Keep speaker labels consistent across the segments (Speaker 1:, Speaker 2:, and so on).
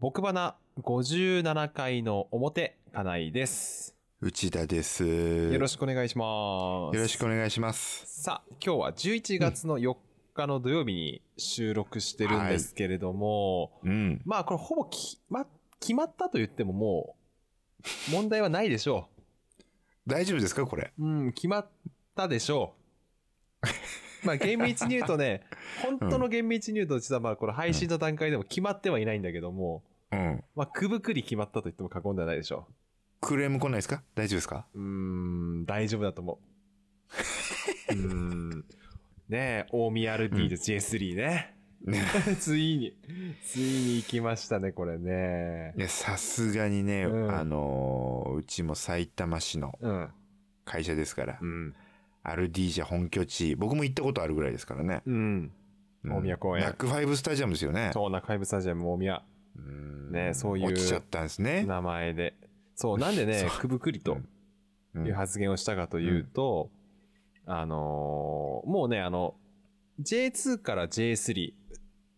Speaker 1: 僕花57回の表、金井です。
Speaker 2: 内田です。
Speaker 1: よ
Speaker 2: よ
Speaker 1: ろ
Speaker 2: し
Speaker 1: しくお願いします。
Speaker 2: よろしくお願いします。
Speaker 1: さあ、今日は11月の4日の土曜日に収録してるんですけれども、
Speaker 2: うん。
Speaker 1: まあこれほぼき、ま、決まったと言ってももう、問題はないでしょ
Speaker 2: 大丈夫ですかこれ。
Speaker 1: う。うん、決まったでしょ う。まあ厳密に言うとね、本当の厳密に言うと実はまあこれ配信の段階でも決まってはいないんだけども、
Speaker 2: うん。
Speaker 1: まあくぶくり決まったと言っても過言ではないでしょ
Speaker 2: クレーム来ないですか大丈夫ですか
Speaker 1: う。うーん、大丈夫だと思う。うーん。ねえ、大宮 RP で J3 ね。
Speaker 2: ね
Speaker 1: ついに、ついに行きましたね、これね
Speaker 2: い。や、さすがにね、
Speaker 1: うん
Speaker 2: あのーうちも埼玉市の
Speaker 1: うん。
Speaker 2: 会社ですから
Speaker 1: う、ん。
Speaker 2: アルディージャ本拠地、僕も行ったことあるぐらいですからね。
Speaker 1: うん。
Speaker 2: うん
Speaker 1: 大宮公園
Speaker 2: ナックファイブスタジアムですよね。
Speaker 1: そう、中イブスタジアム大宮。
Speaker 2: うん
Speaker 1: ねそういう
Speaker 2: 落ちちゃったんですね。
Speaker 1: 名前で。そう、なんでね、くぶくりと
Speaker 2: うん
Speaker 1: いう発言をしたかというと、あのーもうね、あの、J2 から J3、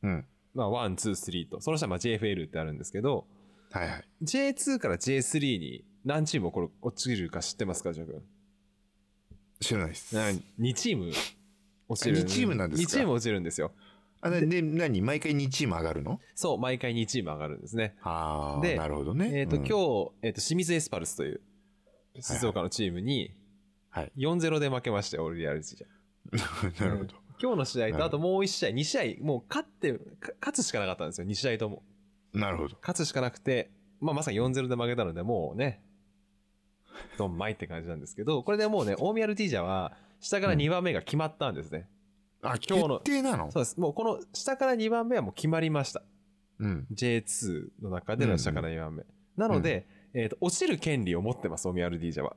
Speaker 2: うん。
Speaker 1: まあ、1、2、3と、その下はまあ JFL ってあるんですけど、
Speaker 2: はいはい。
Speaker 1: J2 から J3 に何チームこれ落ちるか知ってますか、ジョー君。
Speaker 2: 知らないです。
Speaker 1: 2チーム落ちる。
Speaker 2: あ二チームなんですか
Speaker 1: 2チーム落ちるんですよ。
Speaker 2: あ、なで、何毎回2チーム上がるの
Speaker 1: そう、毎回2チーム上がるんですね。
Speaker 2: ああ、
Speaker 1: で
Speaker 2: なるほどね。
Speaker 1: えっ、と、
Speaker 2: うん
Speaker 1: 今日、えっ、と、清水エスパルスという、静岡のチームに、
Speaker 2: はい。
Speaker 1: 4-0で負けましたよ、オリアルジじゃ。
Speaker 2: なるほど。
Speaker 1: 今日の試合
Speaker 2: うん
Speaker 1: と、あともう1試合、2試合、もう勝って、か勝つしかなかったんですよ、2試合とも。
Speaker 2: なるほど。
Speaker 1: 勝つしかなくて、まあ、まさに4-0で負けたので、もうね、ドンマイって感じなんですけど、これでもうね、大宮ルティージャは、下から2番目が決まったんですね。
Speaker 2: あ、
Speaker 1: 今日の
Speaker 2: 決定なの
Speaker 1: そうです。もうこの下から2番目はもう決まりました。
Speaker 2: うん。
Speaker 1: J2 の中での下から2番目。なので、えっ、と、落ちる権利を持ってます、オミアルディージャは。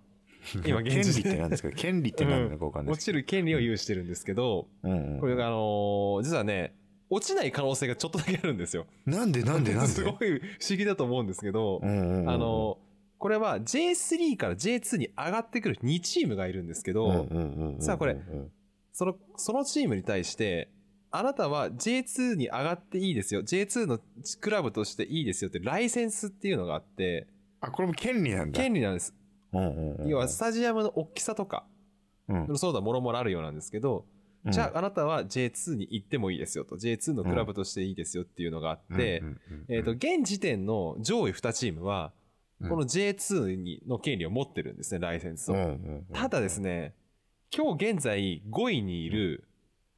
Speaker 1: 今現
Speaker 2: 権利
Speaker 1: 時
Speaker 2: って何ですか権利って何なのかわかんない
Speaker 1: 落
Speaker 2: で
Speaker 1: ち
Speaker 2: すけど。
Speaker 1: る権利を有してるんですけど、
Speaker 2: うんうん
Speaker 1: これがあのー実はね、落ちない可能性がちょっとだけあるんですよ。
Speaker 2: なんでなんでな ん
Speaker 1: す
Speaker 2: で
Speaker 1: ごい不思議だと思うんですけど、
Speaker 2: うんうんうん
Speaker 1: あのーこれは J3 から J2 に上がってくる2チームがいるんですけど、
Speaker 2: うんうんうんうん
Speaker 1: さあこれ
Speaker 2: うん
Speaker 1: その、そのチームに対して、あなたは J2 に上がっていいですよ。J2 のクラブとしていいですよってライセンスっていうのがあって、
Speaker 2: あ、これも権利なんだ。
Speaker 1: 権利なんです。
Speaker 2: うんうんうん
Speaker 1: 要はスタジアムの大きさとか、
Speaker 2: うん
Speaker 1: そうだ、もろもろあるようなんですけど、じゃああなたは J2 に行ってもいいですよと、J2 のクラブとしていいですよっていうのがあ
Speaker 2: う
Speaker 1: っ
Speaker 2: ん
Speaker 1: て
Speaker 2: う、んうん
Speaker 1: えっと、現時点の上位2チームは、
Speaker 2: うん
Speaker 1: この J2 にの権利を持ってるんですね、ライセンス
Speaker 2: う
Speaker 1: を
Speaker 2: ん。うんうん
Speaker 1: ただですね、今日現在5位にいる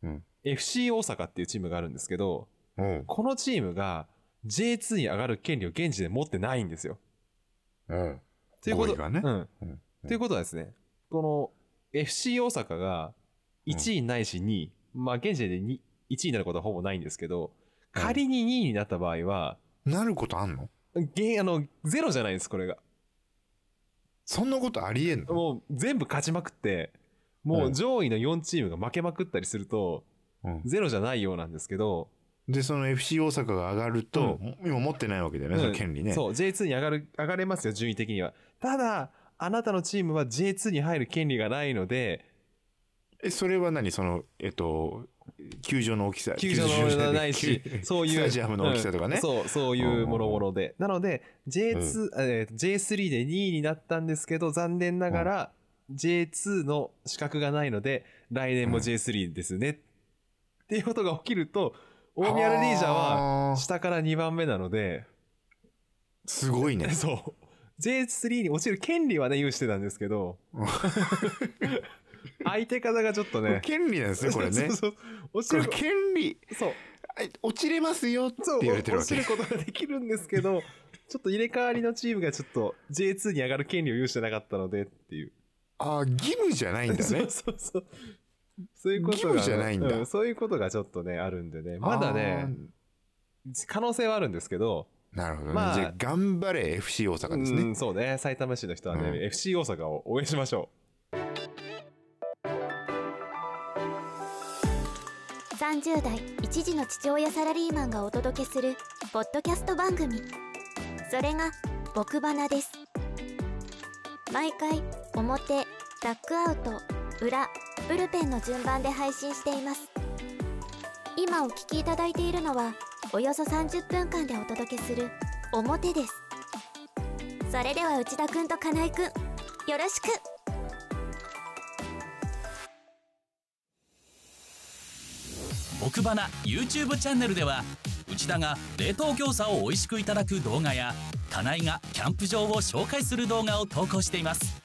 Speaker 2: うん
Speaker 1: FC 大阪っていうチームがあるんですけど、
Speaker 2: うん
Speaker 1: このチームが J2 に上がる権利を現時点で持ってないんですよ。
Speaker 2: うん
Speaker 1: ということ
Speaker 2: 5位がね
Speaker 1: うん
Speaker 2: うん
Speaker 1: ということはですね、この FC 大阪が1位ないし2位、まあ現時点でに1位になることはほぼないんですけど、仮に2位になった場合は、
Speaker 2: なることあんの
Speaker 1: げんあのゼロじゃないんです、これが。
Speaker 2: そんなことありえんの
Speaker 1: もう全部勝ちまくって、もううん上位の4チームが負けまくったりすると、
Speaker 2: うん
Speaker 1: ゼロじゃないようなんですけど、
Speaker 2: で、その FC 大阪が上がると、今持ってないわけだよね、その権利ね。
Speaker 1: そう、J2 に上がる、上がれますよ、順位的には。ただ、あなたのチームは J2 に入る権利がないので、
Speaker 2: え、それは何その、えっと、球場の大きさ。
Speaker 1: 球場
Speaker 2: じゃ
Speaker 1: の
Speaker 2: い
Speaker 1: ないし
Speaker 2: 球、
Speaker 1: そういう。
Speaker 2: スタジアムの大きさとか
Speaker 1: う
Speaker 2: ね
Speaker 1: ん。そう、そういうもろもろで。なので、J2、えー J3 で2位になったんですけど、残念ながら、J2 の資格がないので、来年も J3 ですね。っていうことが起きると、大宮ルディージャは、
Speaker 2: あー
Speaker 1: 下から2番目なので、
Speaker 2: すごいね。
Speaker 1: そう。J3 に落ちる権利はね、有してたんですけど
Speaker 2: うん、
Speaker 1: 相手方がちょっとね、
Speaker 2: 権利なんですね、こ れ
Speaker 1: そ
Speaker 2: ね
Speaker 1: う。そう落ち
Speaker 2: これ
Speaker 1: る、
Speaker 2: 権利、
Speaker 1: そう。
Speaker 2: あ落ちれますよって
Speaker 1: そう、
Speaker 2: 言われてるわ
Speaker 1: 落ち
Speaker 2: け。
Speaker 1: ることができるんですけ ど、ちょっと入れ替わりのチームがちょっと J2 に上がる権利を有してなかったのでっていう。
Speaker 2: あー義務じゃないんだ
Speaker 1: そ
Speaker 2: ね
Speaker 1: う。 そうそう。そういうことが、
Speaker 2: 義務じゃないんだ
Speaker 1: うそういうことがちょっとね、あるんでね。まだね、可能性はあるんですけど、
Speaker 2: あー。なるほどね。
Speaker 1: まあ
Speaker 2: じゃあ、頑張れ FC 大阪ですね。
Speaker 1: うん、そうね、埼玉市の人はね、
Speaker 2: うん
Speaker 1: FC 大阪を応援しましょ
Speaker 3: 30代一児の父親サラリーマンがお届けするポッドキャスト番組それが「僕花」です毎回表ダックアウト裏ブルペンの順番で配信しています今お聞きいただいているのはおよそ30分間でお届けする表ですそれでは内田くんと金井くんよろしく
Speaker 4: 奥花 YouTube チャンネルでは内田が冷凍餃子を美味しくいただく動画や金井がキャンプ場を紹介する動画を投稿しています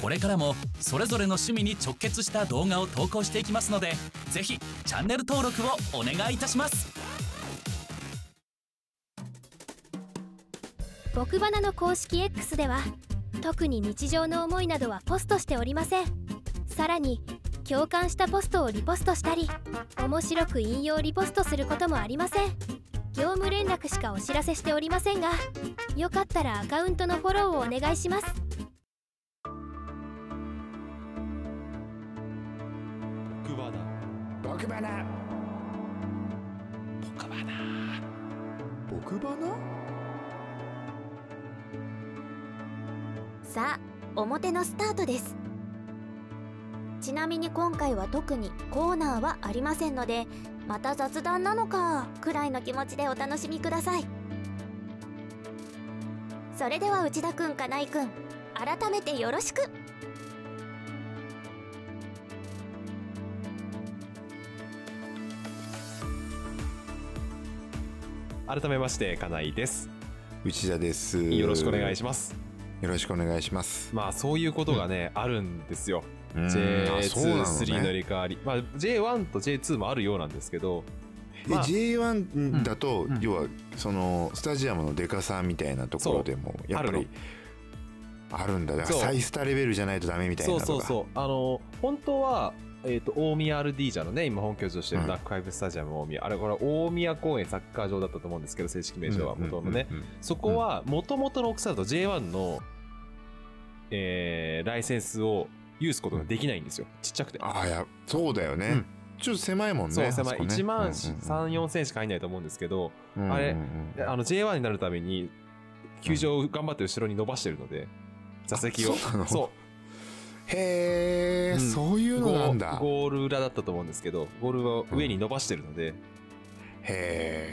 Speaker 4: これからもそれぞれの趣味に直結した動画を投稿していきますのでぜひチャンネル登録をお願いいたします
Speaker 5: 僕バナの公式 X では特に日常の思いなどはポストしておりませんさらに共感したポストをリポストしたり面白く引用リポストすることもありません業務連絡しかお知らせしておりませんがよかったらアカウントのフォローをお願いします
Speaker 1: 奥花
Speaker 2: 僕ばな僕ばな
Speaker 3: さあ表のスタートですちなみに今回は特にコーナーはありませんのでまた雑談なのかくらいの気持ちでお楽しみくださいそれでは内田くん金井くん改めてよろしく
Speaker 1: 改めまして金井です
Speaker 2: 内田です
Speaker 1: よろしくお願いし
Speaker 2: ま
Speaker 1: ます
Speaker 2: すよろしくお願いします
Speaker 1: まあそういうことがね、あるんですよ
Speaker 2: うん
Speaker 1: J23
Speaker 2: あそうなの
Speaker 1: の入
Speaker 2: ね
Speaker 1: れ替わり、まあ、J1 と J2 もあるようなんですけど、
Speaker 2: え
Speaker 1: まあ
Speaker 2: J1 だと、
Speaker 1: うん
Speaker 2: 要はそのスタジアムのでかさみたいなところでもやっぱりあるんだだから
Speaker 1: そう
Speaker 2: サイスタレベルじゃないとダメみたいな
Speaker 1: そう
Speaker 2: のが
Speaker 1: そうそうあの本当は、えー、と大宮 RD じゃのね今本拠地として
Speaker 2: う
Speaker 1: る
Speaker 2: ん
Speaker 1: ダックファイブスタジアム大宮、あれこれ大宮公園サッカー場だったと思うんですけど正式名称は元のね、
Speaker 2: うんうんうん
Speaker 1: そこはもともとの大きさだと J1 の、えーライセンスを有すことができないんですよちっちゃくて。
Speaker 2: ああやそうだよね、
Speaker 1: うん
Speaker 2: ちょっと狭いもんね
Speaker 1: そう狭い
Speaker 2: あこね
Speaker 1: 1万
Speaker 2: うん
Speaker 1: 34千しか入んないと思うんですけど
Speaker 2: うんうん
Speaker 1: あれ
Speaker 2: うんうん
Speaker 1: であの J1 になるために球場を頑張って後ろに伸ばしてるので座席を
Speaker 2: そうなの
Speaker 1: そう
Speaker 2: へえ、
Speaker 1: うん
Speaker 2: そういうのなんだ
Speaker 1: ゴーゴール裏だったと思うんですけどゴールを上に伸ばしてるので、
Speaker 2: へえ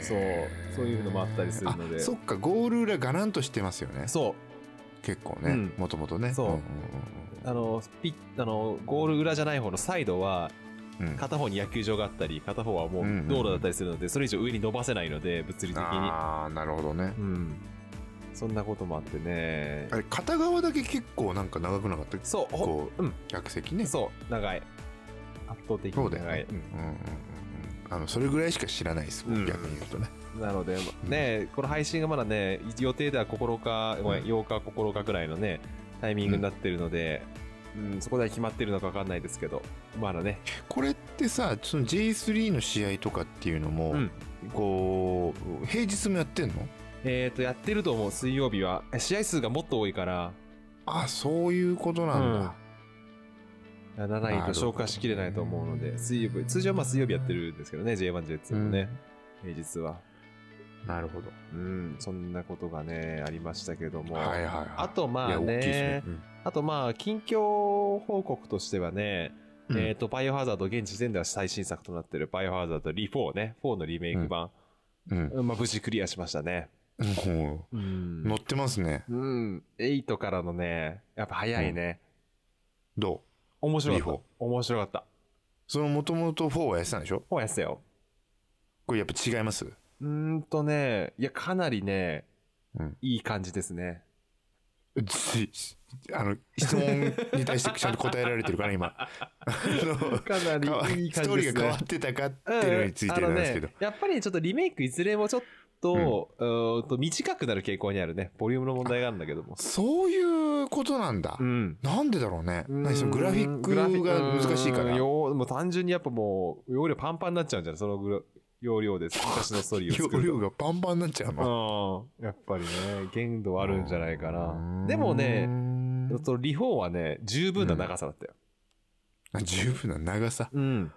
Speaker 1: そうそういうのもあったりするので
Speaker 2: あそっかゴール裏がらんとしてますよね
Speaker 1: そ
Speaker 2: 結構
Speaker 1: う
Speaker 2: ね
Speaker 1: ん
Speaker 2: もともとね
Speaker 1: そうんうあのピッあのゴール裏じゃない方のサイドは
Speaker 2: うんうんうん
Speaker 1: 片方に野球場があったり片方はも
Speaker 2: んうん
Speaker 1: う
Speaker 2: う
Speaker 1: ん道路だったりするので、それ以上上に伸ばせないので物理的に、
Speaker 2: ああなるほどね
Speaker 1: うん、そんなこともあってね
Speaker 2: あれ片側だけ結構なんか長くなかった
Speaker 1: そうほ
Speaker 2: こ
Speaker 1: うん
Speaker 2: う客席ね
Speaker 1: そう長い圧倒的
Speaker 2: そう
Speaker 1: に
Speaker 2: だよ
Speaker 1: 長い
Speaker 2: ね、うんうんうんうんあのそれぐらいしか知らないです、僕
Speaker 1: うん
Speaker 2: 逆に言うとね
Speaker 1: うんなのでねこの配信がまだね予定では9日ごめん
Speaker 2: うん
Speaker 1: 8日9日くらいのねタイミングになってるので、うん、そこでは決まってるのか分かんないですけどまだね
Speaker 2: これってさその J3 の試合とかっていうのも、
Speaker 1: うん
Speaker 2: こう平日もやってんの
Speaker 1: えー、とやってると思う水曜日はえ試合数がもっと多いから
Speaker 2: あそういうことなんだ、
Speaker 1: やらないと消化しきれないと思うので水曜日通常はまあ水曜日やってるんですけどね J1J2 もね、平日は
Speaker 2: なるほど
Speaker 1: うんそんなことがねありましたけども、
Speaker 2: はいはいはい
Speaker 1: あとま
Speaker 2: い
Speaker 1: あ
Speaker 2: や大きいです
Speaker 1: ね
Speaker 2: ね、うん
Speaker 1: あとまあ近況報告としてはね、
Speaker 2: うん
Speaker 1: えー、とバイオハザード現時点では最新作となってるバイオハザードリ4ね4のリメイク版、
Speaker 2: うん
Speaker 1: うんまあ、無事クリアしましたね
Speaker 2: も
Speaker 1: う
Speaker 2: うん乗ってますね
Speaker 1: うん8からのねやっぱ早いね、
Speaker 2: どう
Speaker 1: 面白かった
Speaker 2: リ
Speaker 1: 面白かった
Speaker 2: そのもともと4はやってたんでしょ
Speaker 1: 本やってたよ
Speaker 2: これやっぱ違います
Speaker 1: うーんとね、いや、かなりね、
Speaker 2: うん
Speaker 1: いい感じです ね。
Speaker 2: ずあの質問に対してちゃんと答えられてるから今あの
Speaker 1: かな
Speaker 2: かわ
Speaker 1: りいい
Speaker 2: ス
Speaker 1: 感じ
Speaker 2: トー
Speaker 1: で
Speaker 2: リ
Speaker 1: す
Speaker 2: ーが変わ
Speaker 1: ね
Speaker 2: っ。てたかっていうのについてるんですけど
Speaker 1: あのね、やっぱりちょっとリメイクいずれもちょっと、うーんと短くなる傾向にあるね、ボリュームの問題があるんだけども。
Speaker 2: そういうことなんだ
Speaker 1: うん。
Speaker 2: なんでだろうね
Speaker 1: うん
Speaker 2: 何そのグラフィックが難しいか
Speaker 1: うーん
Speaker 2: ら
Speaker 1: ようもう単純にやっぱもう、容量パンパンになっちゃうんじゃないそのぐら容量 で昔のストーリーを作
Speaker 2: 容
Speaker 1: ると
Speaker 2: 量。がパンパンになっちゃうの
Speaker 1: うん。やっぱりね、限度はあるんじゃないかな。でも
Speaker 2: うー
Speaker 1: ね、
Speaker 2: ん
Speaker 1: そのリフォーはね、十分な長さだったよ。
Speaker 2: 十分な長さ
Speaker 1: うん。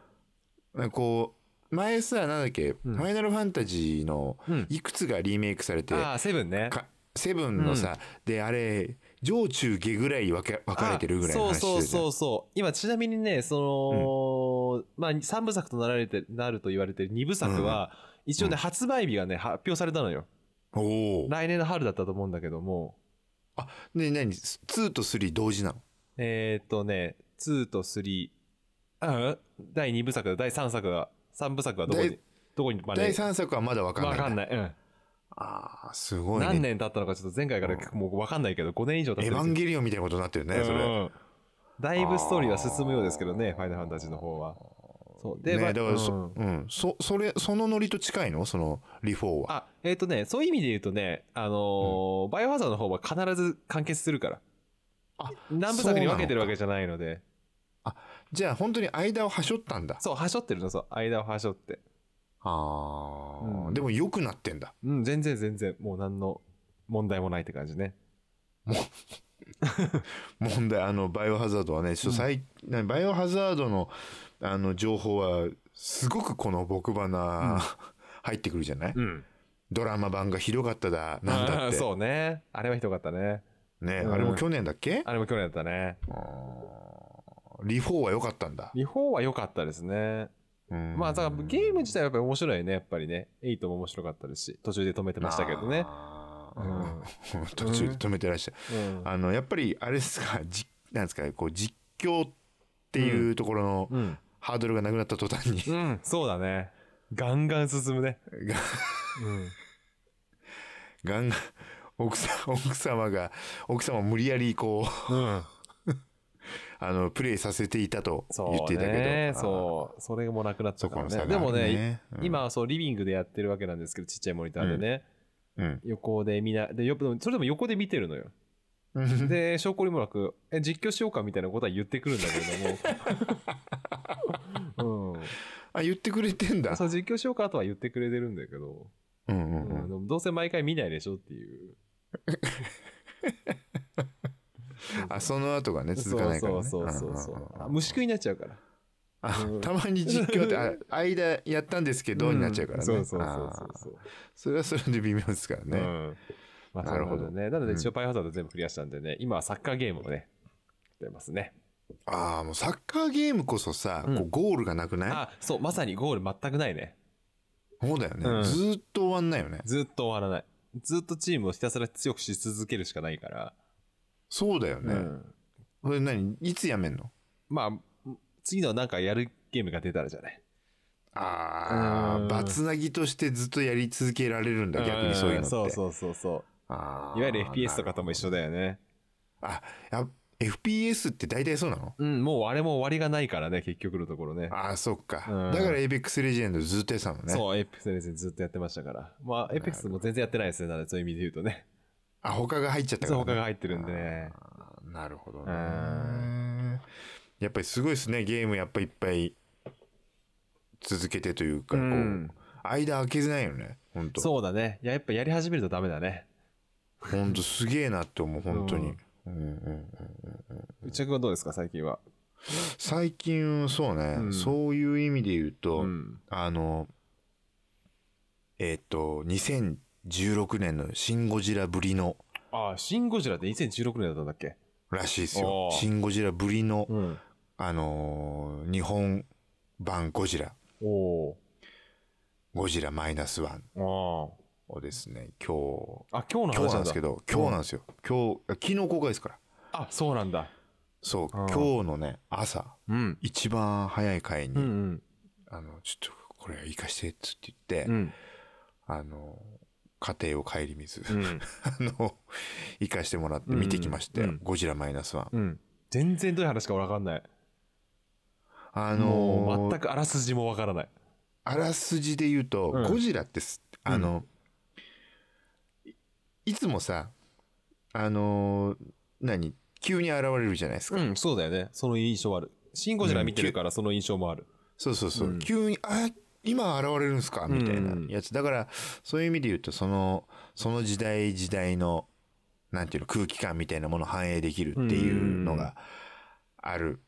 Speaker 2: なんかこう前さなんだっけ、
Speaker 1: うん
Speaker 2: ファイナルファンタジーの
Speaker 1: うん
Speaker 2: いくつがリメイクされて、
Speaker 1: ああ、セブンね。
Speaker 2: かセブンのさ、であれ上中下ぐらいに分け分かれてるぐらいの話
Speaker 1: あそうそうそううそう今ちなみにねその、まあ3部作となられてなると言われてる2部作は、一応ね、
Speaker 2: うん
Speaker 1: 発売日がね発表されたのよ
Speaker 2: おお。
Speaker 1: 来年の春だったと思うんだけども、
Speaker 2: ね、何 ?2 と3同時なの
Speaker 1: えー、っとね、2と3、あ第2部作だ、第3作が、3部作はどこに
Speaker 2: 第、
Speaker 1: どこにま
Speaker 2: 第3作はまだわかんない。
Speaker 1: わかん
Speaker 2: い。
Speaker 1: ない。うん。
Speaker 2: ああ、すごいね。
Speaker 1: 何年経ったのかちょっと前回から
Speaker 2: う
Speaker 1: もうわかんないけど、5年以上経って
Speaker 2: エヴ
Speaker 1: る
Speaker 2: ァ
Speaker 1: ん
Speaker 2: ン
Speaker 1: です
Speaker 2: ゲリオンみたいなことになってるね、そ
Speaker 1: よ
Speaker 2: れ。
Speaker 1: うんだいぶストーリーは進むようですけどね、ファイナルファンタジーの方は。そう。で、ま
Speaker 2: ね、だからそ、
Speaker 1: う
Speaker 2: うんん、そ、それ、そのノリと近いのその、リフォーは。
Speaker 1: あ、えっ、とね、そういう意味で言うとね、あのーバイオハザードの方は必ず完結するから。
Speaker 2: あ
Speaker 1: 何部作に分けてるわけじゃないので。
Speaker 2: じゃあ、本当に間をはしょったんだ。
Speaker 1: そう、はしょってるの、そう。間をはしょって。
Speaker 2: ああ、
Speaker 1: うん
Speaker 2: でも良くなってんだ。
Speaker 1: うん、全然全然、もう何の問題もないって感じね。
Speaker 2: 問題、あの、バイオハザードはね、ちょっと最、なバイオハザードの、あの、情報は、すごくこの僕花、 入ってくるじゃない、
Speaker 1: ん。
Speaker 2: ドラマ版がひどかっただ、なんだって。
Speaker 1: そうね。あれはひどかったね。
Speaker 2: ね、
Speaker 1: うん
Speaker 2: あれも去年だっけ
Speaker 1: あれも去年だったね。
Speaker 2: リフォーは良かったんだ。
Speaker 1: 日本は良かったですね。
Speaker 2: うん
Speaker 1: まあ、だからゲーム自体はやっぱり面白いね、やっぱりね。8も面白かったですし、途中で止めてましたけどね。
Speaker 2: あ
Speaker 1: う
Speaker 2: ー
Speaker 1: ん。
Speaker 2: 途中で止めてらっしゃる。
Speaker 1: うん
Speaker 2: あの、やっぱり、あれですか、じなんですか、こう、実況っていうところの
Speaker 1: うん。
Speaker 2: ハードルがなくなった途端に、
Speaker 1: うん、そうだね。ガンガン進むね。
Speaker 2: が
Speaker 1: うん。
Speaker 2: ガンガン、 奥さん、奥様が、奥様を無理やりこう、
Speaker 1: うん。
Speaker 2: あの、プレイさせていたと
Speaker 1: そう
Speaker 2: 言っていたけ
Speaker 1: ね。
Speaker 2: ど。
Speaker 1: そう。それもなくなっ
Speaker 2: う
Speaker 1: ちゃ
Speaker 2: そ
Speaker 1: ったか
Speaker 2: こ
Speaker 1: ら
Speaker 2: の
Speaker 1: ね。
Speaker 2: 差が、
Speaker 1: でもね、、
Speaker 2: うん、
Speaker 1: 今はそう、リビングでやってるわけなんですけど、ちっちゃいモニターでね。
Speaker 2: うん、
Speaker 1: 横でみんな、で、よくそれでも横で見てるのよ。で、証拠にもなく、え、実況しようかみたいなことは言ってくるんだけど も。うん。
Speaker 2: あ、言ってくれてんだ。
Speaker 1: そう、実況しようかとは言ってくれてるんだけど、
Speaker 2: うんう
Speaker 1: うん
Speaker 2: うん
Speaker 1: ん、でもどうせ毎回見ないでしょっていう。
Speaker 2: あ、その後がね、続かないから、ね。
Speaker 1: そうそうそうそう。
Speaker 2: んんんん
Speaker 1: あ虫食いになっちゃうから。
Speaker 2: あ
Speaker 1: うん
Speaker 2: たまに実 況って、あ、間やったんですけど、になっちゃうからね。
Speaker 1: んそうそうそう
Speaker 2: あー
Speaker 1: そうそう。
Speaker 2: それはそれで微妙ですからね。
Speaker 1: うんまあ、な
Speaker 2: な
Speaker 1: る
Speaker 2: る
Speaker 1: ほ
Speaker 2: ほど
Speaker 1: どね。なので、
Speaker 2: うん
Speaker 1: 一応、バイオハザード全部クリアしたんでね、今はサッカーゲームをね、出ますね。
Speaker 2: ああ、もうサッカーゲームこそさ、
Speaker 1: うん
Speaker 2: こうゴールがなくない
Speaker 1: あ、そう、まさにゴール全くないね。
Speaker 2: そうだよね。
Speaker 1: うん
Speaker 2: ずーっと終わんないよね。
Speaker 1: ずっと終わらない。ずっとチームをひたすら強くし続けるしかないから。
Speaker 2: そうだよね。
Speaker 1: うん
Speaker 2: これ何いつやめんの
Speaker 1: まあ、次のなんかやるゲームが出たらじゃない。
Speaker 2: あ
Speaker 1: う
Speaker 2: あ、
Speaker 1: ん
Speaker 2: バツナギとしてずっとやり続けられるんだ、逆にそういうのって。
Speaker 1: そうそうそうそ
Speaker 2: あ
Speaker 1: う。
Speaker 2: ー
Speaker 1: いわゆる FPS とかとも一緒だよね。
Speaker 2: あ、や FPS って大体そうなの
Speaker 1: うん、もうあれも終わりがないからね、結局のところね。
Speaker 2: ああ、そっか。
Speaker 1: うん
Speaker 2: だから APEX レジェンドずっとやってたのね。
Speaker 1: そう、エイペックスレジェンドずっとやってましたから。まあ、エイペックスも全然やってないですね、なので、そういう意味で言うとね。
Speaker 2: あ、他が入っちゃったから、ね。
Speaker 1: そう他が入ってるんでね
Speaker 2: あー。なるほど
Speaker 1: う
Speaker 2: ね。やっぱりすごいですね。ゲームやっぱいっぱい続けてというか、こう
Speaker 1: うん
Speaker 2: 間開けずないよね。本当。
Speaker 1: そうだね。いや、やっぱやり始めるとダメだね。
Speaker 2: 本当すげえなって思う、本当に。うんうんうん、
Speaker 1: 内田君はどうですか、最近は。
Speaker 2: 最近、そうね、
Speaker 1: うん
Speaker 2: そういう意味で言うと、
Speaker 1: うん。
Speaker 2: あの、えっ、と、2016年のシン・ゴジラぶりの、
Speaker 1: ああ、シン・ゴジラって2016年だったんだっけ
Speaker 2: らしいです
Speaker 1: お
Speaker 2: よ。
Speaker 1: ー
Speaker 2: シン・ゴジラぶりの、
Speaker 1: うん。
Speaker 2: あのー日本版ゴジラ、
Speaker 1: おお
Speaker 2: ゴジラマイナスワン
Speaker 1: ー。
Speaker 2: をですね、今
Speaker 1: ああ。あ、今日の
Speaker 2: 日、今日
Speaker 1: 話
Speaker 2: な
Speaker 1: なんん
Speaker 2: で
Speaker 1: だ
Speaker 2: すけど、今日なんですよ。今日、昨日公開ですから。
Speaker 1: あ、そうなんだ。
Speaker 2: そう、
Speaker 1: あ
Speaker 2: 今
Speaker 1: ー
Speaker 2: 日のね、朝、
Speaker 1: うん。
Speaker 2: 一番早い回に、
Speaker 1: うんうん。
Speaker 2: あの、ちょっとこれ行かしてっつって言って、
Speaker 1: うん。
Speaker 2: あの、家庭を顧みず、
Speaker 1: うん。
Speaker 2: あの、行かしてもらって見てきまして、
Speaker 1: うんうん
Speaker 2: ゴジラマイナスワン。
Speaker 1: うん。全然どういう話かわかんない。
Speaker 2: あのー
Speaker 1: もう、全くあらすじもわからない。
Speaker 2: あらすじで言うと、
Speaker 1: うん
Speaker 2: ゴジラってすあの、いいつもさあのー何急に現れるじゃないですか、
Speaker 1: うん、そうだよね。その印象はある。シン・ゴジラ見てるから、その印象もある。
Speaker 2: そうそうそう、
Speaker 1: うん
Speaker 2: 急にあ今現れるんすかみたいなやつ、だからそういう意味で言うとそのその時代時代のなんていうの空気感みたいなものを反映できるっていうのがある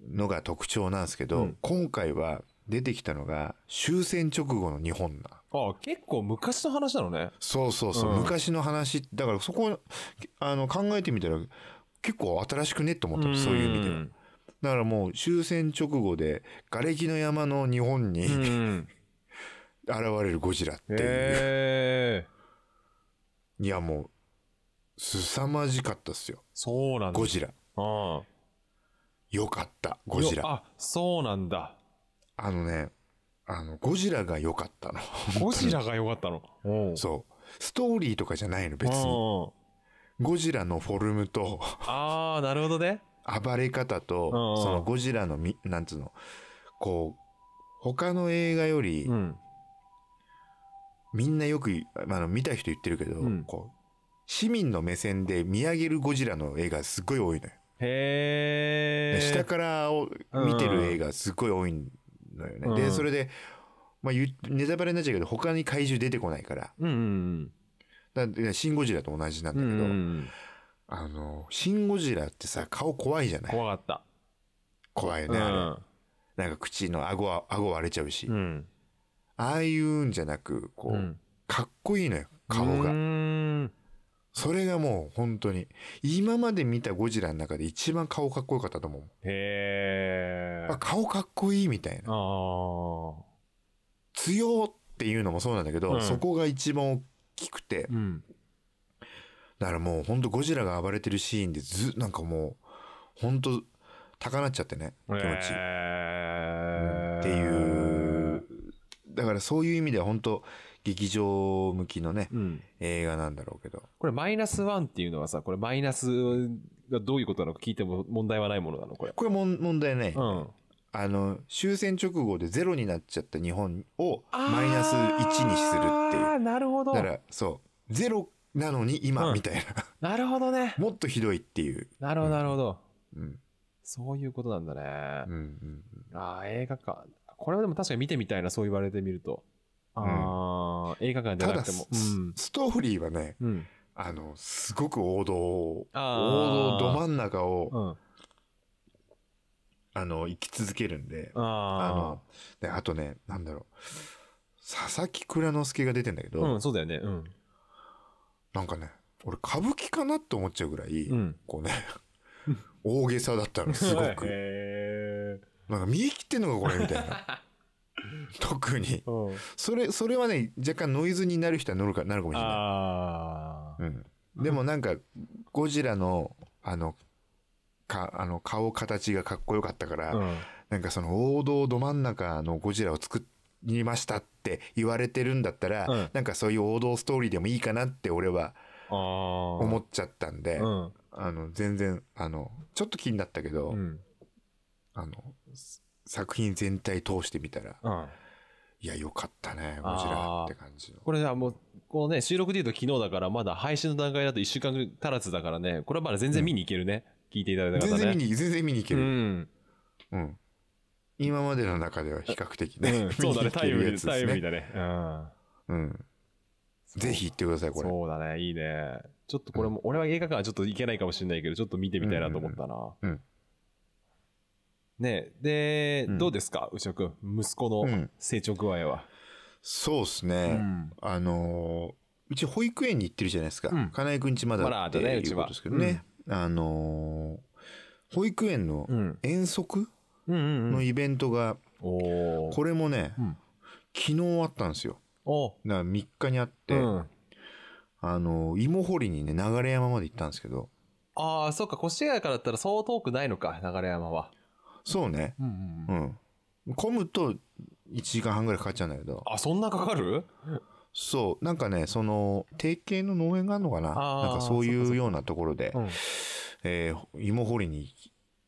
Speaker 2: のが特徴なんですけ
Speaker 1: う
Speaker 2: ど、
Speaker 1: ん
Speaker 2: 今回は出てきたのが終戦直後の日本な
Speaker 1: ああ、結構昔の話なのね。
Speaker 2: そうそうそう、
Speaker 1: うん
Speaker 2: 昔の話だからそこあの考えてみたら結構新しくねって思ったのそういう意味ではだからもう終戦直後で瓦礫の山の日本に、
Speaker 1: うん。
Speaker 2: 現れるゴジラっていう、
Speaker 1: へえ。
Speaker 2: いやもう、凄まじかったっすよ。
Speaker 1: そうなんだ。
Speaker 2: ゴジラ。
Speaker 1: うん。
Speaker 2: よかった、ゴジラ。
Speaker 1: あ、そうなんだ。
Speaker 2: あのね、あの、ゴジラが良かったの。
Speaker 1: ゴジラが良かったの。うん。
Speaker 2: そう。ストーリーとかじゃないの、別に。
Speaker 1: に。
Speaker 2: ゴジラのフォルムと、
Speaker 1: ああ、なるほどね。
Speaker 2: 暴れ方
Speaker 1: うんう
Speaker 2: と、
Speaker 1: ん
Speaker 2: そのゴジラのみ、なんつうの、こう、他の映画より
Speaker 1: う、ん。
Speaker 2: みんなよく、あの、見た人言ってるけど、
Speaker 1: うん
Speaker 2: こう、市民の目線で見上げるゴジラの映画すっごい多いのよ。
Speaker 1: へえ。
Speaker 2: 下からを見てる映画すっごい多いのよね。
Speaker 1: うん
Speaker 2: で、それで、まあ、言うネタバレになっちゃうけど、他に怪獣出てこないから、
Speaker 1: うんうん
Speaker 2: だからシン・ゴジラと同じなん
Speaker 1: う
Speaker 2: だ
Speaker 1: ん。
Speaker 2: けど、
Speaker 1: うんうん
Speaker 2: あの、シン・ゴジラってさ、顔怖いじゃない
Speaker 1: 怖かった。
Speaker 2: 怖いよね、あれ。なんか口の顎は、顎割れちゃうし、
Speaker 1: うん。うん。
Speaker 2: ああいうんじゃなく、こう、
Speaker 1: うん
Speaker 2: かっこいいのよ、顔
Speaker 1: う
Speaker 2: が。
Speaker 1: ーん
Speaker 2: それがもう本当に、今まで見たゴジラの中で一番顔かっこよかったと思う。
Speaker 1: へえ。
Speaker 2: あ顔かっこいいみたい
Speaker 1: あ
Speaker 2: な。
Speaker 1: あ。
Speaker 2: 強っていうのもそうなんだけど、
Speaker 1: うん
Speaker 2: そこが一番大きくて、
Speaker 1: うん。
Speaker 2: だからもう本当ゴジラが暴れてるシーンでず、なんかもう、本当高鳴っちゃってね、気持ち。
Speaker 1: えー
Speaker 2: っていう。だからそういう意味では本当劇場向きのね、
Speaker 1: うん。
Speaker 2: 映画なんだろうけど。
Speaker 1: これマイナスワンっていうのはさ、これマイナスがどういうことなのか聞いても問題はないものなのこれ。
Speaker 2: これもん問題ね、
Speaker 1: うん。
Speaker 2: あの、終戦直後でゼロになっちゃった日本をマイナス1にするって
Speaker 1: あ
Speaker 2: い
Speaker 1: ー
Speaker 2: う。
Speaker 1: なるほど
Speaker 2: だ。から、そう。ゼロなのに今
Speaker 1: うん
Speaker 2: みたいな。
Speaker 1: なるほどね。
Speaker 2: もっとひどいっていう。
Speaker 1: なるほど、なるほど。
Speaker 2: うん。
Speaker 1: そういうことなんだね。
Speaker 2: うんうん。
Speaker 1: ああ、映画館。これはでも確かに見てみたいな、そう言われてみると。
Speaker 2: ん
Speaker 1: ああ、映画館じゃ
Speaker 2: た
Speaker 1: な
Speaker 2: だ、
Speaker 1: くても
Speaker 2: ス。
Speaker 1: うん。
Speaker 2: ストーリーはね、
Speaker 1: うん。
Speaker 2: あの、すごく王道を、
Speaker 1: あー
Speaker 2: 王道ど真ん中を、
Speaker 1: うん。
Speaker 2: あの、生き続けるんで、あ
Speaker 1: あ
Speaker 2: の、で、あとね、なんだろう。佐々木蔵之介が出てんだけ
Speaker 1: あ。
Speaker 2: ど、
Speaker 1: うん、そうだよね。うん。
Speaker 2: なんかね、俺歌舞伎かなって思っちゃうぐらい、
Speaker 1: うん。
Speaker 2: こうね、大げさだったの、すご
Speaker 1: へ
Speaker 2: く。
Speaker 1: え。
Speaker 2: なんか見え切ってんのか、これ、みた いな。特に。
Speaker 1: うん
Speaker 2: それ、それはね、若干ノイズになる人は乗るか、なるかもしれな
Speaker 1: ああ。
Speaker 2: い。うん。でもなんか、ゴジラの、あの、か、あの、顔形がかっこよかったから、
Speaker 1: うん。
Speaker 2: なんかその王道ど真ん中のゴジラを作りましたって言われてるんだったら、
Speaker 1: うん
Speaker 2: なんかそういう王道ストーリーでもいいかなって俺は
Speaker 1: ああ。
Speaker 2: 思っちゃったんで、
Speaker 1: うん。
Speaker 2: あの全然あのちょっと気になったけど、
Speaker 1: うん。
Speaker 2: あのす作品全体通してみたら
Speaker 1: うん。
Speaker 2: いやよかったねゴジラって感じの
Speaker 1: これじゃあもう、このね、収録で言うと昨日だから、まだ配信の段階だと1週間足らずだからね、これはまだ全然見に行けるね。聞いていただいた方
Speaker 2: 全
Speaker 1: ね。
Speaker 2: 然見に全然見に行け
Speaker 1: う
Speaker 2: る、
Speaker 1: ん。
Speaker 2: うん今までの中では比較的ね、
Speaker 1: うんそうだね、
Speaker 2: 見に行
Speaker 1: タ
Speaker 2: け
Speaker 1: イム
Speaker 2: る
Speaker 1: リ
Speaker 2: やつ
Speaker 1: ー、
Speaker 2: で
Speaker 1: タ
Speaker 2: す
Speaker 1: イムリーだ
Speaker 2: ね、
Speaker 1: ね。うん。
Speaker 2: うん、ぜひ行ってくださいこれ
Speaker 1: そうだね、いいね。ちょっとこれも、俺は映画館はちょっと行けないかもしれないけど、ちょっと見てみたいなと思ったな。
Speaker 2: うんうん
Speaker 1: ねえ、で、
Speaker 2: うん
Speaker 1: どうですか、牛尾くん。息子
Speaker 2: う
Speaker 1: の
Speaker 2: ん
Speaker 1: 成長具合は。
Speaker 2: そうです
Speaker 1: う
Speaker 2: ね、
Speaker 1: ん。
Speaker 2: あのーうち保育園に行ってるじゃないですか。
Speaker 1: うん
Speaker 2: 金井くんちまだ
Speaker 1: まだ
Speaker 2: って
Speaker 1: だね
Speaker 2: いう
Speaker 1: ち
Speaker 2: こ
Speaker 1: は
Speaker 2: とですけどね。あのー保育園の
Speaker 1: うん。
Speaker 2: 遠足
Speaker 1: うんうんう
Speaker 2: の
Speaker 1: ん。
Speaker 2: イベントが、
Speaker 1: おー。
Speaker 2: これもね、
Speaker 1: うん
Speaker 2: 昨日あったんですよ。
Speaker 1: お
Speaker 2: だから3日にあって、
Speaker 1: うん。
Speaker 2: あのー芋掘りにね、流山まで行ったんですけど、
Speaker 1: ああ、そっか、越谷からだったらそう遠くないのか、流山は。
Speaker 2: そうね、
Speaker 1: うん
Speaker 2: う。ん。混むと1時間半ぐらいかかっちゃうんだけど、
Speaker 1: あ、そんなかかる
Speaker 2: そう、なんかね、その、定型の農園があるのかな
Speaker 1: あー
Speaker 2: なんかそ
Speaker 1: そ
Speaker 2: う
Speaker 1: っかそっ
Speaker 2: い
Speaker 1: か
Speaker 2: うようなところで、
Speaker 1: うん。
Speaker 2: えー芋掘りに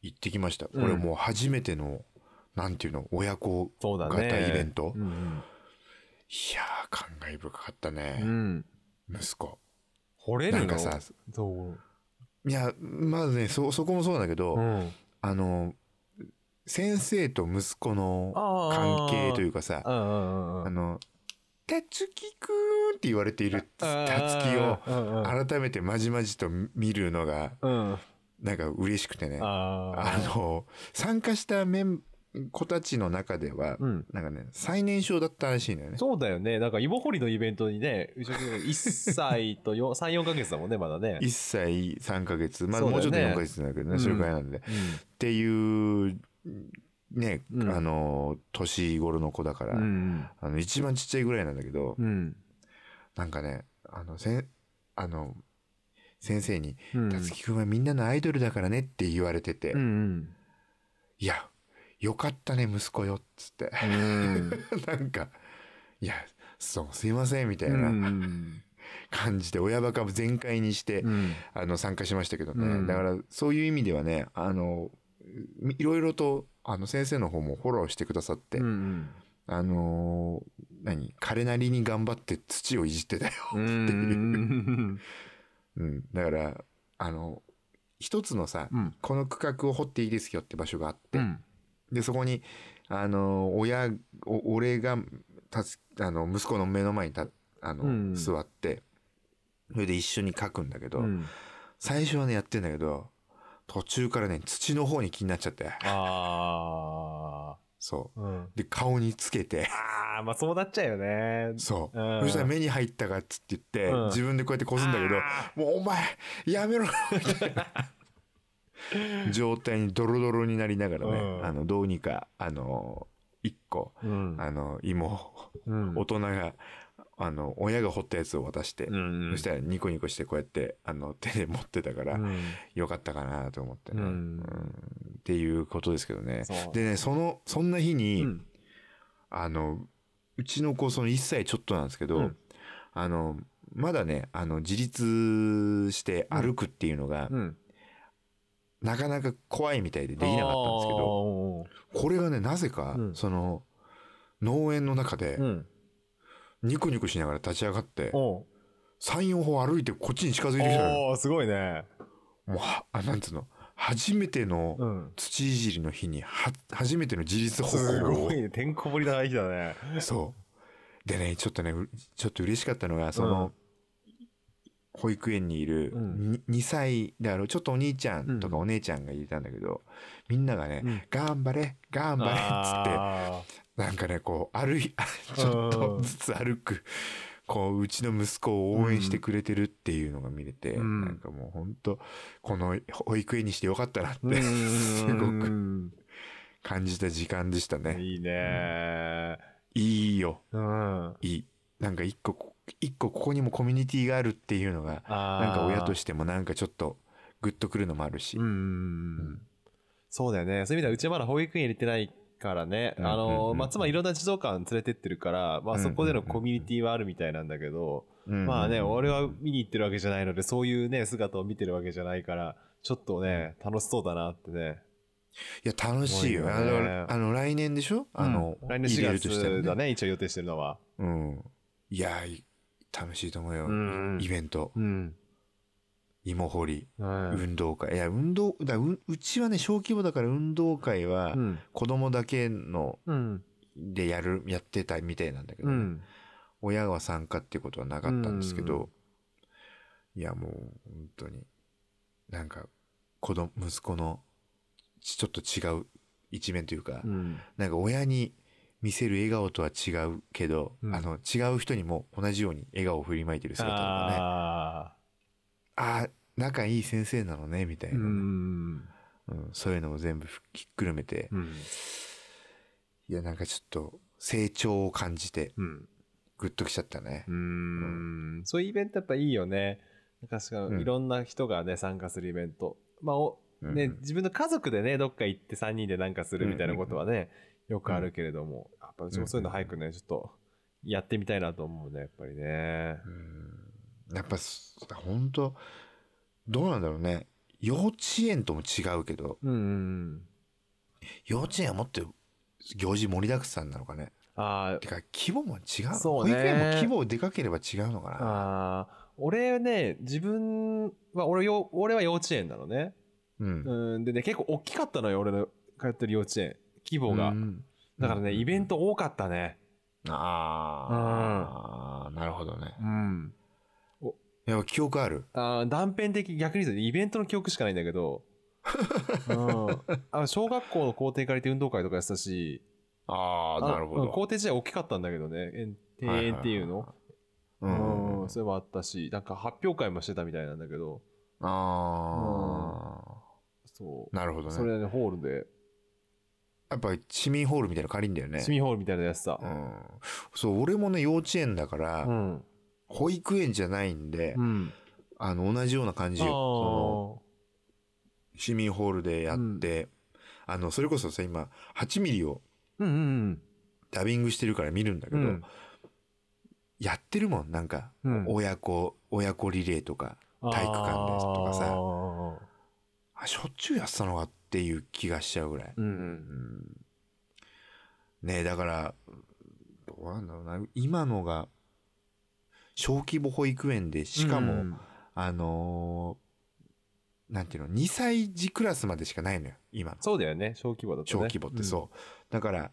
Speaker 2: 行ってきました。これもう初めての、なんていうの、親子
Speaker 1: そうだ
Speaker 2: 型
Speaker 1: ね。
Speaker 2: イベント。
Speaker 1: う
Speaker 2: い
Speaker 1: ん
Speaker 2: やー、感慨深かった
Speaker 1: うん。う
Speaker 2: ね、
Speaker 1: ん。
Speaker 2: 息子。
Speaker 1: 掘れる
Speaker 2: な
Speaker 1: の
Speaker 2: んかさ、
Speaker 1: どう
Speaker 2: いや、まずね、そ、そこもそうなんだけど、
Speaker 1: うん。
Speaker 2: あの、先生と息子の
Speaker 1: あ
Speaker 2: 関
Speaker 1: ー
Speaker 2: 係というか
Speaker 1: う
Speaker 2: さ、
Speaker 1: んうんうん
Speaker 2: あの、たつきくーんって言われている
Speaker 1: うん。
Speaker 2: たつきを、
Speaker 1: うんうん
Speaker 2: 改めてまじまじと見るのが、
Speaker 1: うん。あ
Speaker 2: なんか嬉しくてね。あ
Speaker 1: あー。
Speaker 2: の、参加したメン、子たちの中では、
Speaker 1: うん。
Speaker 2: なんかね、最年少だったらしいのよね。
Speaker 1: そうだよね。なんか、芋掘りのイベントにね、牛尾君1歳と4 3、4ヶ月だもんね、まだね。
Speaker 2: 1歳3ヶ月、まあ、
Speaker 1: そうだ
Speaker 2: もうちょ
Speaker 1: よね
Speaker 2: っと4ヶ月だけどね、
Speaker 1: うん
Speaker 2: それぐらいなんで。っ
Speaker 1: う
Speaker 2: ていう、ね、
Speaker 1: うん
Speaker 2: あの、年頃の子だから、
Speaker 1: ん。うん。
Speaker 2: あの、一番ちっちゃいぐらいなんだけど、
Speaker 1: うん。
Speaker 2: なんかね、あの、せん、あの、先生に、
Speaker 1: うん
Speaker 2: たつきくんはみんなのアイドルだからねって言われてて、
Speaker 1: うんうん
Speaker 2: いや、よかったね、息子よ、っつって。
Speaker 1: うん
Speaker 2: なんか、いや、そう、すいません、みたいうなん感じで、親バカ全開にして、
Speaker 1: うん
Speaker 2: あの、参加しましたけどね。
Speaker 1: うん
Speaker 2: だから、そういう意味ではね、あの、みいろいろと、あの、先生の方もフォローしてくださって、
Speaker 1: うん
Speaker 2: あのー何彼なりに頑張って土をいじってたよ。
Speaker 1: うん
Speaker 2: うん。だから、あの、一つのさ、
Speaker 1: うん
Speaker 2: この区画を掘っていいですよって場所があって、
Speaker 1: うん
Speaker 2: で、そこに、あの、親、お俺が、たつ、あの、息子の目の前にた、あの、
Speaker 1: うん
Speaker 2: 座って、それで一緒に書くんだけど、
Speaker 1: うん
Speaker 2: 最初はね、やってんだけど、途中からね、土の方に気になっちゃって、
Speaker 1: あ
Speaker 2: そ
Speaker 1: ーうん
Speaker 2: う。で、顔につけて、
Speaker 1: あーまあそうなっちゃうよね
Speaker 2: そう。
Speaker 1: うん
Speaker 2: そしたら目に入ったかっつって言って、
Speaker 1: うん
Speaker 2: 自分でこうやってこすんだけど、もうお前、やめろみ たいな状態にドロドロになりながらね、
Speaker 1: うん
Speaker 2: あの、どうにか、あの、一個、
Speaker 1: うん
Speaker 2: あの、芋を、
Speaker 1: うん
Speaker 2: 大人が、あの、親が掘ったやつを渡して、
Speaker 1: うん
Speaker 2: そしたらニコニコしてこうやって、あの、手で持ってたから、
Speaker 1: うん
Speaker 2: よかったかなと思ってね、
Speaker 1: うん
Speaker 2: うんっていうことですけどね
Speaker 1: そう。
Speaker 2: でね、その、そんな日に、
Speaker 1: うん
Speaker 2: あの、うちの子、その1歳ちょっとなんですけど、
Speaker 1: うん
Speaker 2: あの、まだね、あの、自立して歩くっていうのが、
Speaker 1: うん
Speaker 2: なかなか怖いみたいでできなかったんですけど、これがね、なぜか、
Speaker 1: うん
Speaker 2: その、農園の中
Speaker 1: あ
Speaker 2: で
Speaker 1: ーう、ん
Speaker 2: ニコニコしながら立ち上がって、
Speaker 1: おう
Speaker 2: 3、4歩歩いてこっちに近づいてきたのよ。
Speaker 1: おーすごいね
Speaker 2: もうは、あ、なんつうの、初めての
Speaker 1: うん
Speaker 2: 土いじりの日に、は、初めての自立歩
Speaker 1: す
Speaker 2: 行
Speaker 1: ご
Speaker 2: を
Speaker 1: いねてんこ盛りだな日だね
Speaker 2: そう。でね、ちょっとね、うちょっと嬉しかったのが、その、保育園にいる
Speaker 1: うん
Speaker 2: に 2,、歳だろう、ちょっとお兄ちゃんとか
Speaker 1: うん
Speaker 2: お姉ちゃんがいたんだけど、みんながね、
Speaker 1: うん
Speaker 2: 頑張れ、頑張れっつっ
Speaker 1: あ
Speaker 2: て、なんかね、こう、歩い、 ちょっとずつ歩く、こう、うちの息子を応援してくれてるっていうのが見れて、
Speaker 1: うん
Speaker 2: なんかもう本当この保育園にしてよかったなって、
Speaker 1: ー
Speaker 2: すご く
Speaker 1: うん
Speaker 2: 感じた時間でしたね。
Speaker 1: いいね
Speaker 2: いいよ。
Speaker 1: うんあ
Speaker 2: いい。なんか一個こ、一個ここにもコミュニティがあるっていうのが、
Speaker 1: ー
Speaker 2: なんか親としてもなんかちょっとグッとくるのもあるし。
Speaker 1: うんうんう
Speaker 2: うんん
Speaker 1: そうだよねそういう意味ではうちはまだ保育園入れてないからね
Speaker 2: うんうん
Speaker 1: あ
Speaker 2: うんうん
Speaker 1: のまあ妻いろんな児童館連れてってるからまあそこでの
Speaker 2: うんうんうん
Speaker 1: コミュニティはあるみたいなんだけど
Speaker 2: うん
Speaker 1: まあね
Speaker 2: うん
Speaker 1: 俺は見に行ってるわけじゃないのでそういうね姿を見てるわけじゃないからちょっとね楽しそうだなってね
Speaker 2: いや、楽しいよ。
Speaker 1: すごいよ
Speaker 2: あ
Speaker 1: ね
Speaker 2: の、あの来年でしょあの、
Speaker 1: うん来年
Speaker 2: 入れ
Speaker 1: 4
Speaker 2: るとした
Speaker 1: 月
Speaker 2: ら
Speaker 1: だ。ね一応予定してるのは
Speaker 2: うん。いや、い楽しいと思うよ。
Speaker 1: うんうん
Speaker 2: イベント。
Speaker 1: うん
Speaker 2: 芋掘り。
Speaker 1: うん
Speaker 2: 運動会。いや、運動、だううちはね、小規模だから運動会は
Speaker 1: う、ん
Speaker 2: 子供だけの、
Speaker 1: うん
Speaker 2: でやる、やってたみたいなんだけど
Speaker 1: う
Speaker 2: ね、
Speaker 1: ん
Speaker 2: 親は参加っていうことはなかったんですけど、いやもう本当になんか子供息子のちちょっと違う一面というか、
Speaker 1: うん
Speaker 2: なんか親に見せる笑顔とは違うけど、
Speaker 1: うん
Speaker 2: あの違う人にも同じように笑顔を振りまいてる姿とかねあ
Speaker 1: あ
Speaker 2: あー仲いい先生なのねみたい
Speaker 1: ーう
Speaker 2: なね、
Speaker 1: ん
Speaker 2: うんそういうのを全部ひっくるめて、
Speaker 1: うん
Speaker 2: いやなんかちょっと成長を感じて
Speaker 1: うん
Speaker 2: グッときちゃったね
Speaker 1: う、んそういうイベントやっぱいいよね。確か
Speaker 2: うん
Speaker 1: いろんな人がね、参加するイベント。まあ、お
Speaker 2: うん
Speaker 1: ね、自分の家族でね、どっか行って3人でなんかするみたいなことはね、よくあるけれども、やっぱうちもそういうの早くね、ちょっとやってみたいなと思うね、やっぱりね。
Speaker 2: うんやっぱす本当どうなんだろうね幼稚園とも違うけど
Speaker 1: うんうんうん。
Speaker 2: 幼稚園はもっと行事盛りだくさんなのかね
Speaker 1: あ
Speaker 2: てか規模も違う
Speaker 1: そうね
Speaker 2: 保育園も規模でかければ違うのか
Speaker 1: あ、
Speaker 2: な
Speaker 1: ああ、俺ね、自分は、俺よ、俺は幼稚園なのね。
Speaker 2: うん
Speaker 1: うん、でね、結構大きかったのよ、俺の通ってる幼稚園。規模が
Speaker 2: う。ん
Speaker 1: だからね、
Speaker 2: うん
Speaker 1: イベント多かったね。
Speaker 2: ああなるほどね
Speaker 1: うん。
Speaker 2: やっぱ記憶ある
Speaker 1: あー断片的逆に言うとイベントの記憶しかないんだけ ど、うん、あ小学校の校庭借りて運動会とかやってたし
Speaker 2: ああなるほ
Speaker 1: うん校
Speaker 2: ど
Speaker 1: 庭自体大きかったんだけどね園庭園っていうの、
Speaker 2: う
Speaker 1: うんん、それもあったしなんか発表会もしてたみたいなんだけど
Speaker 2: あ
Speaker 1: そう
Speaker 2: あなるほど
Speaker 1: そ
Speaker 2: ね
Speaker 1: れでホールで
Speaker 2: やっぱ市民ホールみたいなの借りんだよね
Speaker 1: 市民ホールみたいなのやつさ、
Speaker 2: うんそう俺もね幼稚園だから
Speaker 1: うん
Speaker 2: 保育園じゃないんで
Speaker 1: う、ん
Speaker 2: あの、同じような感じよ。その、市民ホールでやって、あの、それこそさ、今、8ミリを
Speaker 1: うんうん
Speaker 2: ダビングしてるから見るんだけ
Speaker 1: う
Speaker 2: ど、
Speaker 1: ん。
Speaker 2: やってるもん、なんか、
Speaker 1: うん
Speaker 2: 親子、親子リレーとか、体育館ですとかさ
Speaker 1: あー
Speaker 2: あ、しょっちゅうやってたのかっていう気がしちゃうぐらい。
Speaker 1: う
Speaker 2: うんんねえ、だから、どうなんだろうな、今のが、小規模保育園で、しかも、
Speaker 1: うん
Speaker 2: あのーなんていうの、2歳児クラスまでしかないのよ、今の。
Speaker 1: そうだよね、小規模だとね。
Speaker 2: 小規模ってそう。だから、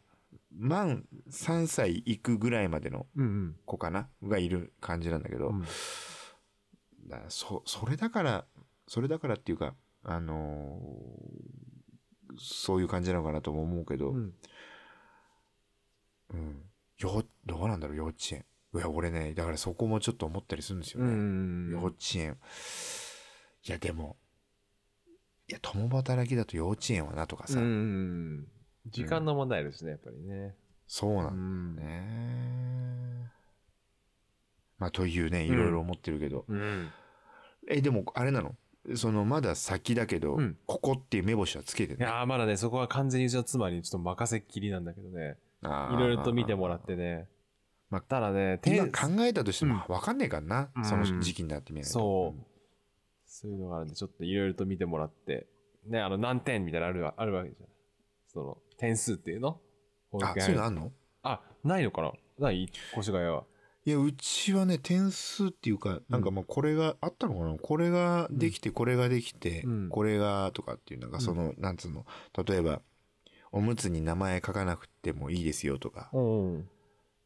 Speaker 2: 満3歳いくぐらいまでの
Speaker 1: うん。うん
Speaker 2: 子かながいる感じなんだけど、
Speaker 1: うん。
Speaker 2: だそそれだからそれだからっていうかあのーそういう感じなのかなとも思うけど、
Speaker 1: う
Speaker 2: うん
Speaker 1: ん
Speaker 2: よどうなんだろう幼稚園いや俺ねだからそこもちょっと思ったりするんですよ
Speaker 1: う
Speaker 2: ね、
Speaker 1: ん
Speaker 2: 幼稚園いやでもいや共働きだと幼稚園はなとかさ、
Speaker 1: うん時間の問題ですね、やっぱりね。
Speaker 2: そうな
Speaker 1: うんん
Speaker 2: だよね、まあというねいろいろ思ってるけど、
Speaker 1: うん。
Speaker 2: えでもあれなのそのまだ先だけど、
Speaker 1: うん
Speaker 2: ここっていう目星はつけてる
Speaker 1: いやーまだね、そこは完全にうちの妻にちょっと任せっきりなんだけどね。いろいろと見てもらってね。
Speaker 2: まあ
Speaker 1: ただね、
Speaker 2: 今
Speaker 1: て
Speaker 2: 考えたとしても
Speaker 1: う
Speaker 2: 分かんねえからな、
Speaker 1: うん
Speaker 2: その時期になってみないと
Speaker 1: そう。そういうのがあるんで、ちょっといろいろと見てもらって、ね、あの、何点みたいなのあるわあるわけじゃん。その、点数っていうの保
Speaker 2: あ
Speaker 1: 育園
Speaker 2: そういうのあんの
Speaker 1: あ、ないのかなない越谷は。
Speaker 2: いやうちはね点数っていうかなんかまあこれがあったのかな、これができてこれができて、
Speaker 1: うん
Speaker 2: これがとかっていうなんかその、なんつうの例えばおむつに名前書かなくてもいいですよとか、
Speaker 1: うん。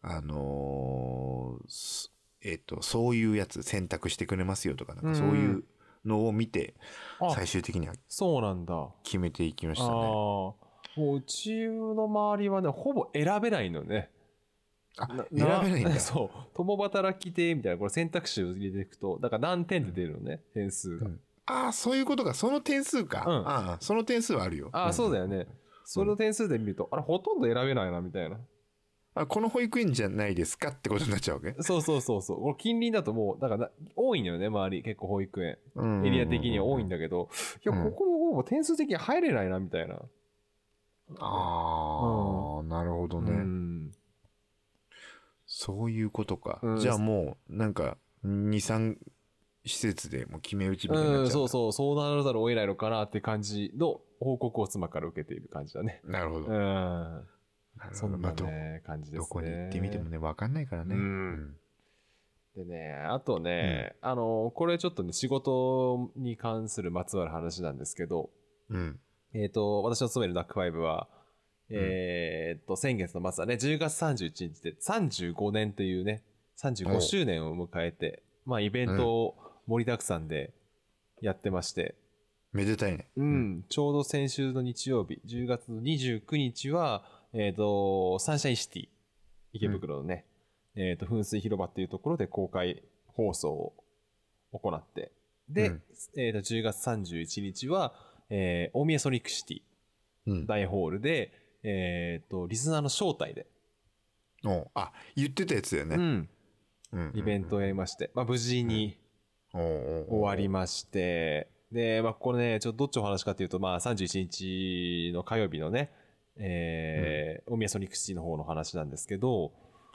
Speaker 2: あのーすえっ、とそういうやつ選択してくれますよとかなんかそういうのを見て
Speaker 1: あ、
Speaker 2: 最終的には
Speaker 1: そうなんだ。
Speaker 2: 決めていきました
Speaker 1: ああ
Speaker 2: ね。
Speaker 1: ーもううちの周りはねほぼ選べないのね
Speaker 2: あ選べないんだ
Speaker 1: そう共働きでみたいなこれ選択肢を入れていくとだから何点で出るのね点数が、
Speaker 2: うんああ、そういうことか。その点数か。
Speaker 1: うん
Speaker 2: ああ、その点数はあるよ。
Speaker 1: ああそうだ
Speaker 2: よ。
Speaker 1: よね、その点数で見るとあれほとんど選べないなみたいな
Speaker 2: あこの保育園じゃないですかってことになっちゃうわけ。
Speaker 1: そうそうそうそうこれ近隣だともうだからな多いのよね周り結構保育園
Speaker 2: うん
Speaker 1: エリア的には多いんだけど、
Speaker 2: うん
Speaker 1: いやここもほぼ点数的に入れないなみたいな、
Speaker 2: ああ、なるほど
Speaker 1: う
Speaker 2: ね、
Speaker 1: ん、
Speaker 2: そういうことか。
Speaker 1: うん
Speaker 2: じゃあもう、なんか、2、3施設でもう決め打ちみたいにな
Speaker 1: う
Speaker 2: っ
Speaker 1: ん、
Speaker 2: ちゃう。
Speaker 1: そうそうそうならざるを得ないのかなって感じの報告を妻から受けている感じだね
Speaker 2: う。なるほど。
Speaker 1: うん。
Speaker 2: なるほ
Speaker 1: そ
Speaker 2: ど
Speaker 1: ん
Speaker 2: ま
Speaker 1: な
Speaker 2: あど
Speaker 1: ね、感じですね。
Speaker 2: どこに行ってみてもね、わかんないからね。
Speaker 1: うん
Speaker 2: うん
Speaker 1: でね、あとね、あの、これちょっとね、仕事に関するまつわる話なんですけど、
Speaker 2: うん。
Speaker 1: えっ、と、私の勤めるダックファイブは、えっ、と、先月の末はね、10月31日で35年というね、35周年を迎えて、まあ、イベントを盛りだくさんでやってまして、
Speaker 2: めでたいね。
Speaker 1: う。ん、ちょうど先週の日曜日、10月の29日は、えっ、と、サンシャインシティ、池袋のね、えっ、と、噴水広場っていうところで公開放送を行って、で、
Speaker 2: うん
Speaker 1: えっ、と、10月31日は、えー大宮ソニックシティ
Speaker 2: うん。
Speaker 1: 大ホールで、えっ、と、リスナーの招待で、
Speaker 2: おうあ、言ってたやつだよね。
Speaker 1: ん
Speaker 2: うん
Speaker 1: イベントをやりまして、まあ、無事に終
Speaker 2: 終
Speaker 1: わりまして、で、まあ、これね、ちょっとどっちの話かというと、まあ、31日の火曜日のね、えー大宮ソニックシティの方の話なんですけど、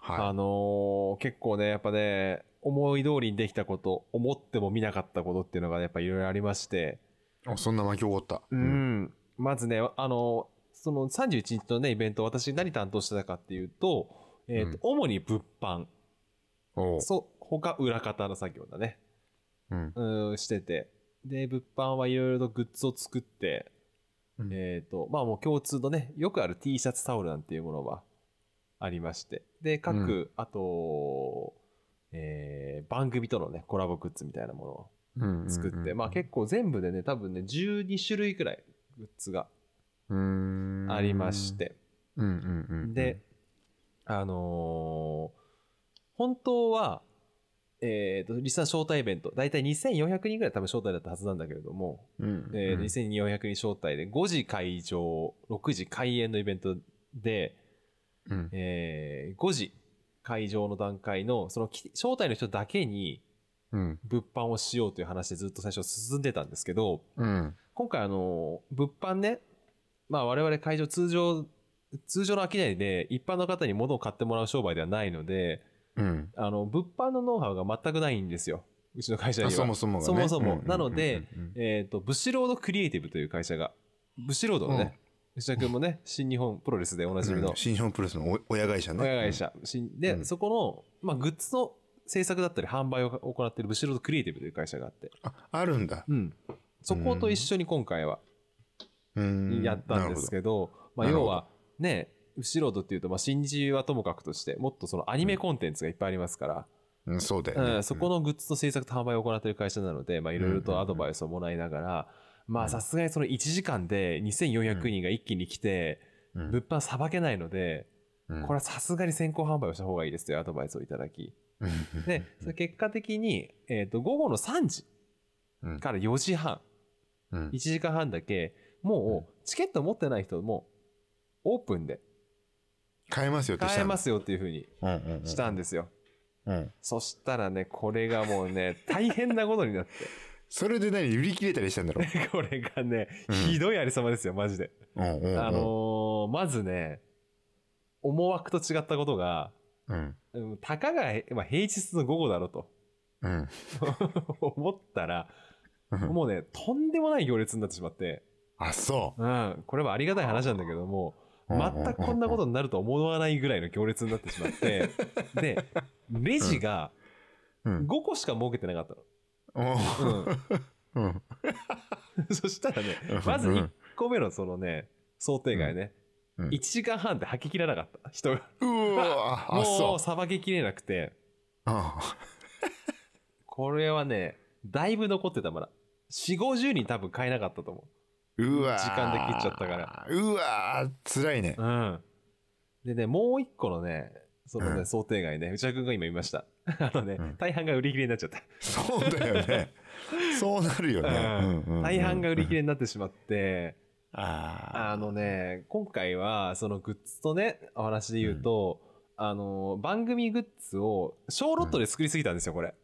Speaker 1: あ
Speaker 2: は
Speaker 1: のー結構ね、やっぱね、思い通りにできたこと、思っても見なかったことっていうのが、やっぱいろいろありまして、
Speaker 2: い。あそんな巻き起こった。
Speaker 1: うん、まずね、あの、その31日のね、イベント、私何担当してたかっていうと、えっ、と、主に物販、
Speaker 2: おう
Speaker 1: そう、他裏方の作業だね。
Speaker 2: うん。
Speaker 1: うん、してて。で、物販はいろいろとグッズを作って、
Speaker 2: うん
Speaker 1: えっ、と、まあもう共通のね、よくある T シャツタオルなんていうものはありまして。で、各、
Speaker 2: うん
Speaker 1: あと、えー番組とのね、コラボグッズみたいなものを作って、まあ結構全部でね、多分ね、12種類くらいグッズが
Speaker 2: 構
Speaker 1: ありまし。て。
Speaker 2: うんうんうんうん、
Speaker 1: で、あのー本当は、えっ、と、リスナー招待イベント、だいたい2400人ぐらい多分招待だったはずなんだけれども、
Speaker 2: うん
Speaker 1: えー
Speaker 2: うん
Speaker 1: 2400人招待で5時会場6時開演のイベントで、
Speaker 2: うん
Speaker 1: えー5時会場の段階のそのき招待の人だけに
Speaker 2: うん。
Speaker 1: 物販をしようという話でずっと最初進んでたんですけど、
Speaker 2: うん。
Speaker 1: 今回あの、物販ね、まあ我々会場通常、通常の商いで一般の方に物を買ってもらう商売ではないので、
Speaker 2: うん。
Speaker 1: あの、物販のノウハウが全くないんですよ。うちの会社に
Speaker 2: あ
Speaker 1: は。
Speaker 2: そもそもがね。
Speaker 1: そもそも
Speaker 2: うんうんうんうん
Speaker 1: なので、えっ、と、ブシロードクリエイティブという会社が、ブシロードのね、内田君も ね、新日本プロレスでおなじみ
Speaker 2: う
Speaker 1: の
Speaker 2: ん新日本プロレスのお親会社ね。
Speaker 1: 親会社。新で、
Speaker 2: うん
Speaker 1: そこの、まあ、グッズの制作だったり販売を行っているブシロードクリエイティブという会社があって、
Speaker 2: うん。あ、あるんだ。
Speaker 1: うんそこと一緒に今回は
Speaker 2: うん。
Speaker 1: やったんですけど、まあ、
Speaker 2: なるほ
Speaker 1: 要
Speaker 2: ど
Speaker 1: はね、後ろとっていうと、まあ、新人はともかくとして、もっとそのアニメコンテンツがいっぱいありますから、
Speaker 2: ど。うん、そうだよ
Speaker 1: う
Speaker 2: ね。
Speaker 1: んそこ
Speaker 2: の、
Speaker 1: のグッズの制作と販売を行っている会社なので、まあ、いろいろとアドバイスをもらいながら、まあ、さすがにその1時間で2400人が一気に来て、
Speaker 2: うん
Speaker 1: 物販さばけないので、
Speaker 2: うん
Speaker 1: これはさすがに先行販売をした方がいいですというアドバイスをいただき、
Speaker 2: うん
Speaker 1: で、それ結果的に、えっ、と、午後の3時
Speaker 2: うん
Speaker 1: から4時半、
Speaker 2: うん
Speaker 1: 1時間半だけ、もうチケット持ってない人もオープンで
Speaker 2: 買えますよって。
Speaker 1: 買えますすよっていう風に
Speaker 2: うんうんうん。
Speaker 1: したんですよ。
Speaker 2: うん。
Speaker 1: そしたらね、これがもう ね、大変なことになって。
Speaker 2: それで何売り切れたりしたんだろう
Speaker 1: これがね
Speaker 2: うん、
Speaker 1: ひどいありさまですよ、マジで。
Speaker 2: うんうんうん。
Speaker 1: あのーまずね、思惑と違ったことが、
Speaker 2: うん。
Speaker 1: うんたかが、まあ、平日の午後だろうと
Speaker 2: うん。
Speaker 1: 思ったら、
Speaker 2: うん
Speaker 1: もうね、とんでもない行列になってしまって、
Speaker 2: あ、そう。
Speaker 1: うん、これはありがたい話なんだけども、全くこんなことになると思わないぐらいの行列になってしまって、で、レジが
Speaker 2: うん。
Speaker 1: 5個しか設けてなかっ
Speaker 2: う
Speaker 1: たの。
Speaker 2: ん。う
Speaker 1: う
Speaker 2: ん。
Speaker 1: ん、 そしたらね
Speaker 2: うん、
Speaker 1: まず1個目のそのね、想定外ね、
Speaker 2: うんうん
Speaker 1: 1時間半で吐ききらなかった、人が。
Speaker 2: うわあ、
Speaker 1: もう
Speaker 2: そ
Speaker 1: さばききれなくて、
Speaker 2: う。あ
Speaker 1: これはね、だいぶ残ってたまだ。4、50人多分買えなかったと思
Speaker 2: うわ
Speaker 1: 時間で切っちゃったから。
Speaker 2: うわ辛いね
Speaker 1: う。。うん。でね、もう1個のね、そのね、
Speaker 2: うん
Speaker 1: 想定外ね、内田君が今見ました。 あのね、
Speaker 2: うん
Speaker 1: 大半が売り切れになっちゃった。
Speaker 2: そうだよ ね。そうなるよね。うんうんうん
Speaker 1: 大半が売り切れになってしまって、
Speaker 2: あ
Speaker 1: あのね、今回は、そのグッズとね、お話で言うと、あの、番組グッズを小ロットで作りすぎたんですよ、これ。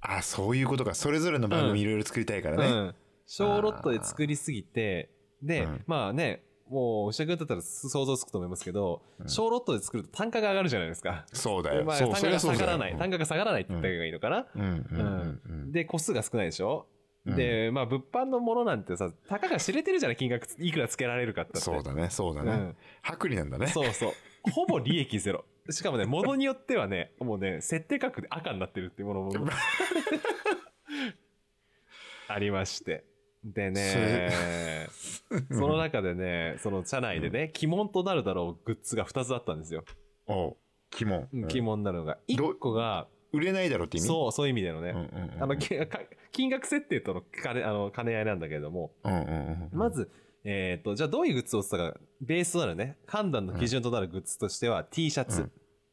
Speaker 2: あ。あ、そういうことか。それぞれの番組いろいろ作りたいか
Speaker 1: う
Speaker 2: ら
Speaker 1: ん。
Speaker 2: ね。
Speaker 1: 小ロットで作りすぎて、で、
Speaker 2: うん
Speaker 1: まあね、もう、牛田君だったら想像つくと思いますけど、
Speaker 2: うん
Speaker 1: 小ロットで作ると単価が上がるじゃないですか。
Speaker 2: そうだよ。
Speaker 1: まあ、
Speaker 2: そ
Speaker 1: 単
Speaker 2: う、そ
Speaker 1: 価
Speaker 2: れ
Speaker 1: が
Speaker 2: はそ
Speaker 1: 下
Speaker 2: う
Speaker 1: が
Speaker 2: だ
Speaker 1: ら
Speaker 2: よ
Speaker 1: ない。単価が下がらないって言った方がいいのかな。
Speaker 2: うんうんうんうん。
Speaker 1: で、個数が少ないでしょ、
Speaker 2: うん
Speaker 1: で、まあ、物販のものなんてさ、たかが知れてるじゃない金額いくらつけられるかって。
Speaker 2: そうだね、そうだ
Speaker 1: う
Speaker 2: ね
Speaker 1: ん。
Speaker 2: 薄利なんだね。
Speaker 1: そうそう。ほぼ利益ゼ ロ。しかもね、ものによってはね、もうね、設定価格で赤になってるっていうも のも。ありまして。でね、 その中でね、その社内でね、鬼門となるだろうグッズが2つあったんですよ。
Speaker 2: おう、鬼門。
Speaker 1: うん鬼門になるのが。
Speaker 2: ど
Speaker 1: 1個が、
Speaker 2: 売れないだろって意味
Speaker 1: そう、そういう意味での
Speaker 2: う
Speaker 1: ね
Speaker 2: ん。うんうん。
Speaker 1: あの、けか金額設定との金あの兼ね合いなんだけれども、
Speaker 2: うんうんうん。
Speaker 1: まず、えっ、と、じゃあどういうグッズを売ってたか、ベースとなるね、判断の基準となるグッズとしては、T シャツ。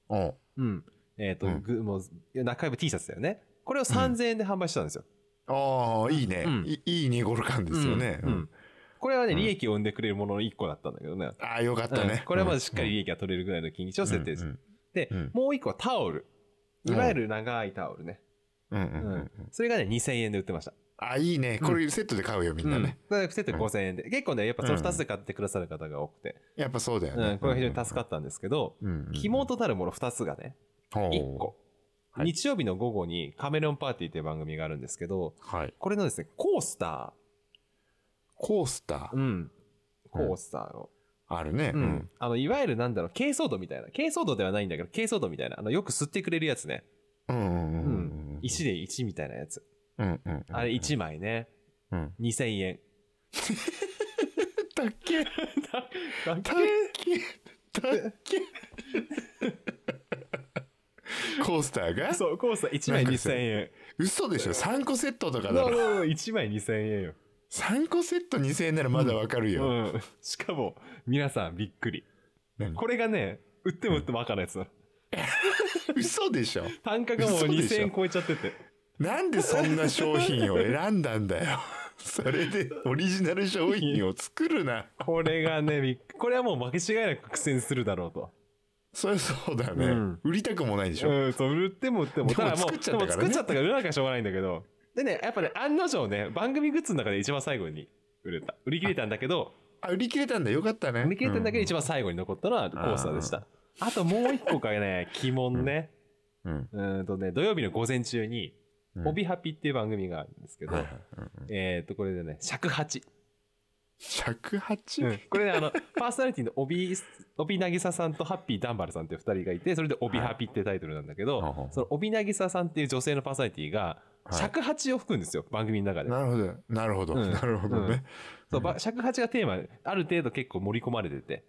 Speaker 2: おう。
Speaker 1: うん。えっ、と、
Speaker 2: うん
Speaker 1: ぐもう、中指 T シャツだよね。これを3000円で販売してたんですよ。
Speaker 2: ああ、いいね
Speaker 1: うん。
Speaker 2: いいいニゴル感ですよね。
Speaker 1: うんうんこれはね、
Speaker 2: うん
Speaker 1: 利益を生んでくれるものの1個だったんだけどね。
Speaker 2: ああ、よかった
Speaker 1: うん
Speaker 2: ね。
Speaker 1: これはまずしっかり利益が取れるぐらいの金額を設定して、
Speaker 2: うん
Speaker 1: で、
Speaker 2: うん
Speaker 1: もう1個はタオル。いわゆる長いタオルね。
Speaker 2: うんうん
Speaker 1: う
Speaker 2: うんうん
Speaker 1: ん。。それがね、2000円で売ってました。
Speaker 2: あ、いいね。これセットで買うよ、みんなね。
Speaker 1: うん、だからセット5000円で、結構ねやっぱその2つで買ってくださる方が多くて、
Speaker 2: やっぱそうだよ
Speaker 1: うん
Speaker 2: ね。
Speaker 1: これは非常に助かったんですけど、
Speaker 2: うん。
Speaker 1: 肝となるもの2つがね
Speaker 2: ほう
Speaker 1: 1。個、
Speaker 2: はい
Speaker 1: 日曜日の午後に「カメレオンパーティー」っていう番組があるんですけど
Speaker 2: はい。
Speaker 1: これのですねコースタ
Speaker 2: コースタ
Speaker 1: ー、
Speaker 2: ー。
Speaker 1: うん、コースターを、
Speaker 2: あるね。
Speaker 1: うん。あのいわゆるなんだろう珪藻土みたいな珪藻土ではないんだけど珪藻土みたいなあのよく吸ってくれるやつね、
Speaker 2: うんう
Speaker 1: うん
Speaker 2: うんん。、
Speaker 1: 石で1みたいなやつ
Speaker 2: うんうん。
Speaker 1: あれ。1枚ね
Speaker 2: うん。
Speaker 1: 2000円
Speaker 2: たっけ
Speaker 1: だ
Speaker 2: たっけたっけコースターが
Speaker 1: そうコースター1枚2000円
Speaker 2: 嘘でしょ ?3 個セットとかだ
Speaker 1: そう
Speaker 2: ろ。
Speaker 1: そうそう1枚2000円よ
Speaker 2: 3個セット2000円ならまだわかるよ。
Speaker 1: うん、しかも皆さんびっくり
Speaker 2: 何
Speaker 1: これがね売っても売っても赤のやつなの
Speaker 2: 嘘でしょ
Speaker 1: 単価がもう
Speaker 2: 嘘でし
Speaker 1: 2000
Speaker 2: ょ
Speaker 1: 円超えちゃってて
Speaker 2: なんでそんな商品を選んだんだよ。それでオリジナル商品を作るな。
Speaker 1: これがねびっこれはもう負け違いなく苦戦するだろうと
Speaker 2: それそうだよね、
Speaker 1: うん
Speaker 2: 売りたくもないでしょ、
Speaker 1: うん、そう、売っても売っても。
Speaker 2: でも
Speaker 1: ただも
Speaker 2: 作っ
Speaker 1: う、
Speaker 2: ち
Speaker 1: で
Speaker 2: ゃった
Speaker 1: も
Speaker 2: からね
Speaker 1: 作っちゃったから売らなきゃしょうがないんだけど。でね、やっぱね、案の定ね、番組グッズの中で一番最後に売れた。売り切れたんだけど、
Speaker 2: あ売り切れたんだよかったね
Speaker 1: 売り切れたんだけど一番最後に残ったのはコースターでした。あともう一個がね、鬼門ね。
Speaker 2: うんうん
Speaker 1: うーんとね、土曜日の午前中に、
Speaker 2: うん
Speaker 1: ホビハピっていう番組があるんですけど、
Speaker 2: はいはいうん
Speaker 1: えっと、これでね、尺八。
Speaker 2: 尺八、
Speaker 1: これね、あの、パーソナリティの帯、帯渚さんとハッピーダンバルさんっていう二人がいて、それで帯ハピってタイトルなんだけど、
Speaker 2: はいほうほう
Speaker 1: その帯渚さんっていう女性のパーソナリティが、
Speaker 2: はい
Speaker 1: 尺八を吹くんですよ、番組の中で。
Speaker 2: なるほどなるほど、
Speaker 1: うん
Speaker 2: なるほどね、
Speaker 1: そう、ば尺八がテーマ、ある程度結構盛り込まれてて。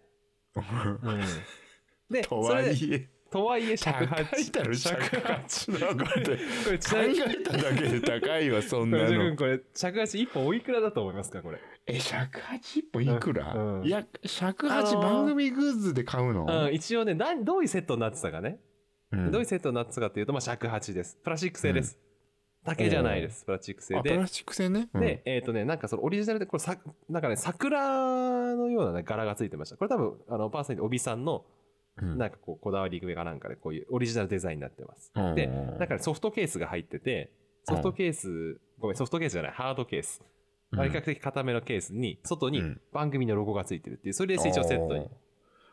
Speaker 1: で、
Speaker 2: と
Speaker 1: そ
Speaker 2: は
Speaker 1: れで
Speaker 2: いえ
Speaker 1: とはいえ尺
Speaker 2: 高
Speaker 1: 八。
Speaker 2: いだろ尺八なん
Speaker 1: これ、こ
Speaker 2: て
Speaker 1: れ
Speaker 2: 考
Speaker 1: ちなみに、
Speaker 2: えただけで高いわそんな
Speaker 1: 藤井
Speaker 2: の
Speaker 1: 君これ、尺八一本おいくらだと思いますか、これ。
Speaker 2: え尺八一本いくら、
Speaker 1: うん
Speaker 2: いや尺八
Speaker 1: あのー
Speaker 2: 番組グッズで買うの、
Speaker 1: うん、一応ね、なんどういうセットになってたかね。
Speaker 2: うん
Speaker 1: どういうセットになってたかっていうと、まあ、尺八です。プラスチック製です。竹じゃないです。プラスチック製
Speaker 2: あプ
Speaker 1: で
Speaker 2: ラ。スチック製ね、うん
Speaker 1: で、えっ、とね、なんかそのオリジナルで、これさ、なんかね、桜のような、ね、柄がついてました。これ多分、あの、パーソナリティ、帯さんの、
Speaker 2: うん
Speaker 1: なんかこう、こだわり上かなんかで、こういうオリジナルデザインになってます。
Speaker 2: うん
Speaker 1: で、なんかねソフトケースが入ってて、ソフトケース、ごめん、ソフトケースじゃない、ハードケース。
Speaker 2: うん
Speaker 1: まあ比較的固めのケースに、外
Speaker 2: う
Speaker 1: に
Speaker 2: ん
Speaker 1: 番組のロゴがついてるっていう、それで成長セットに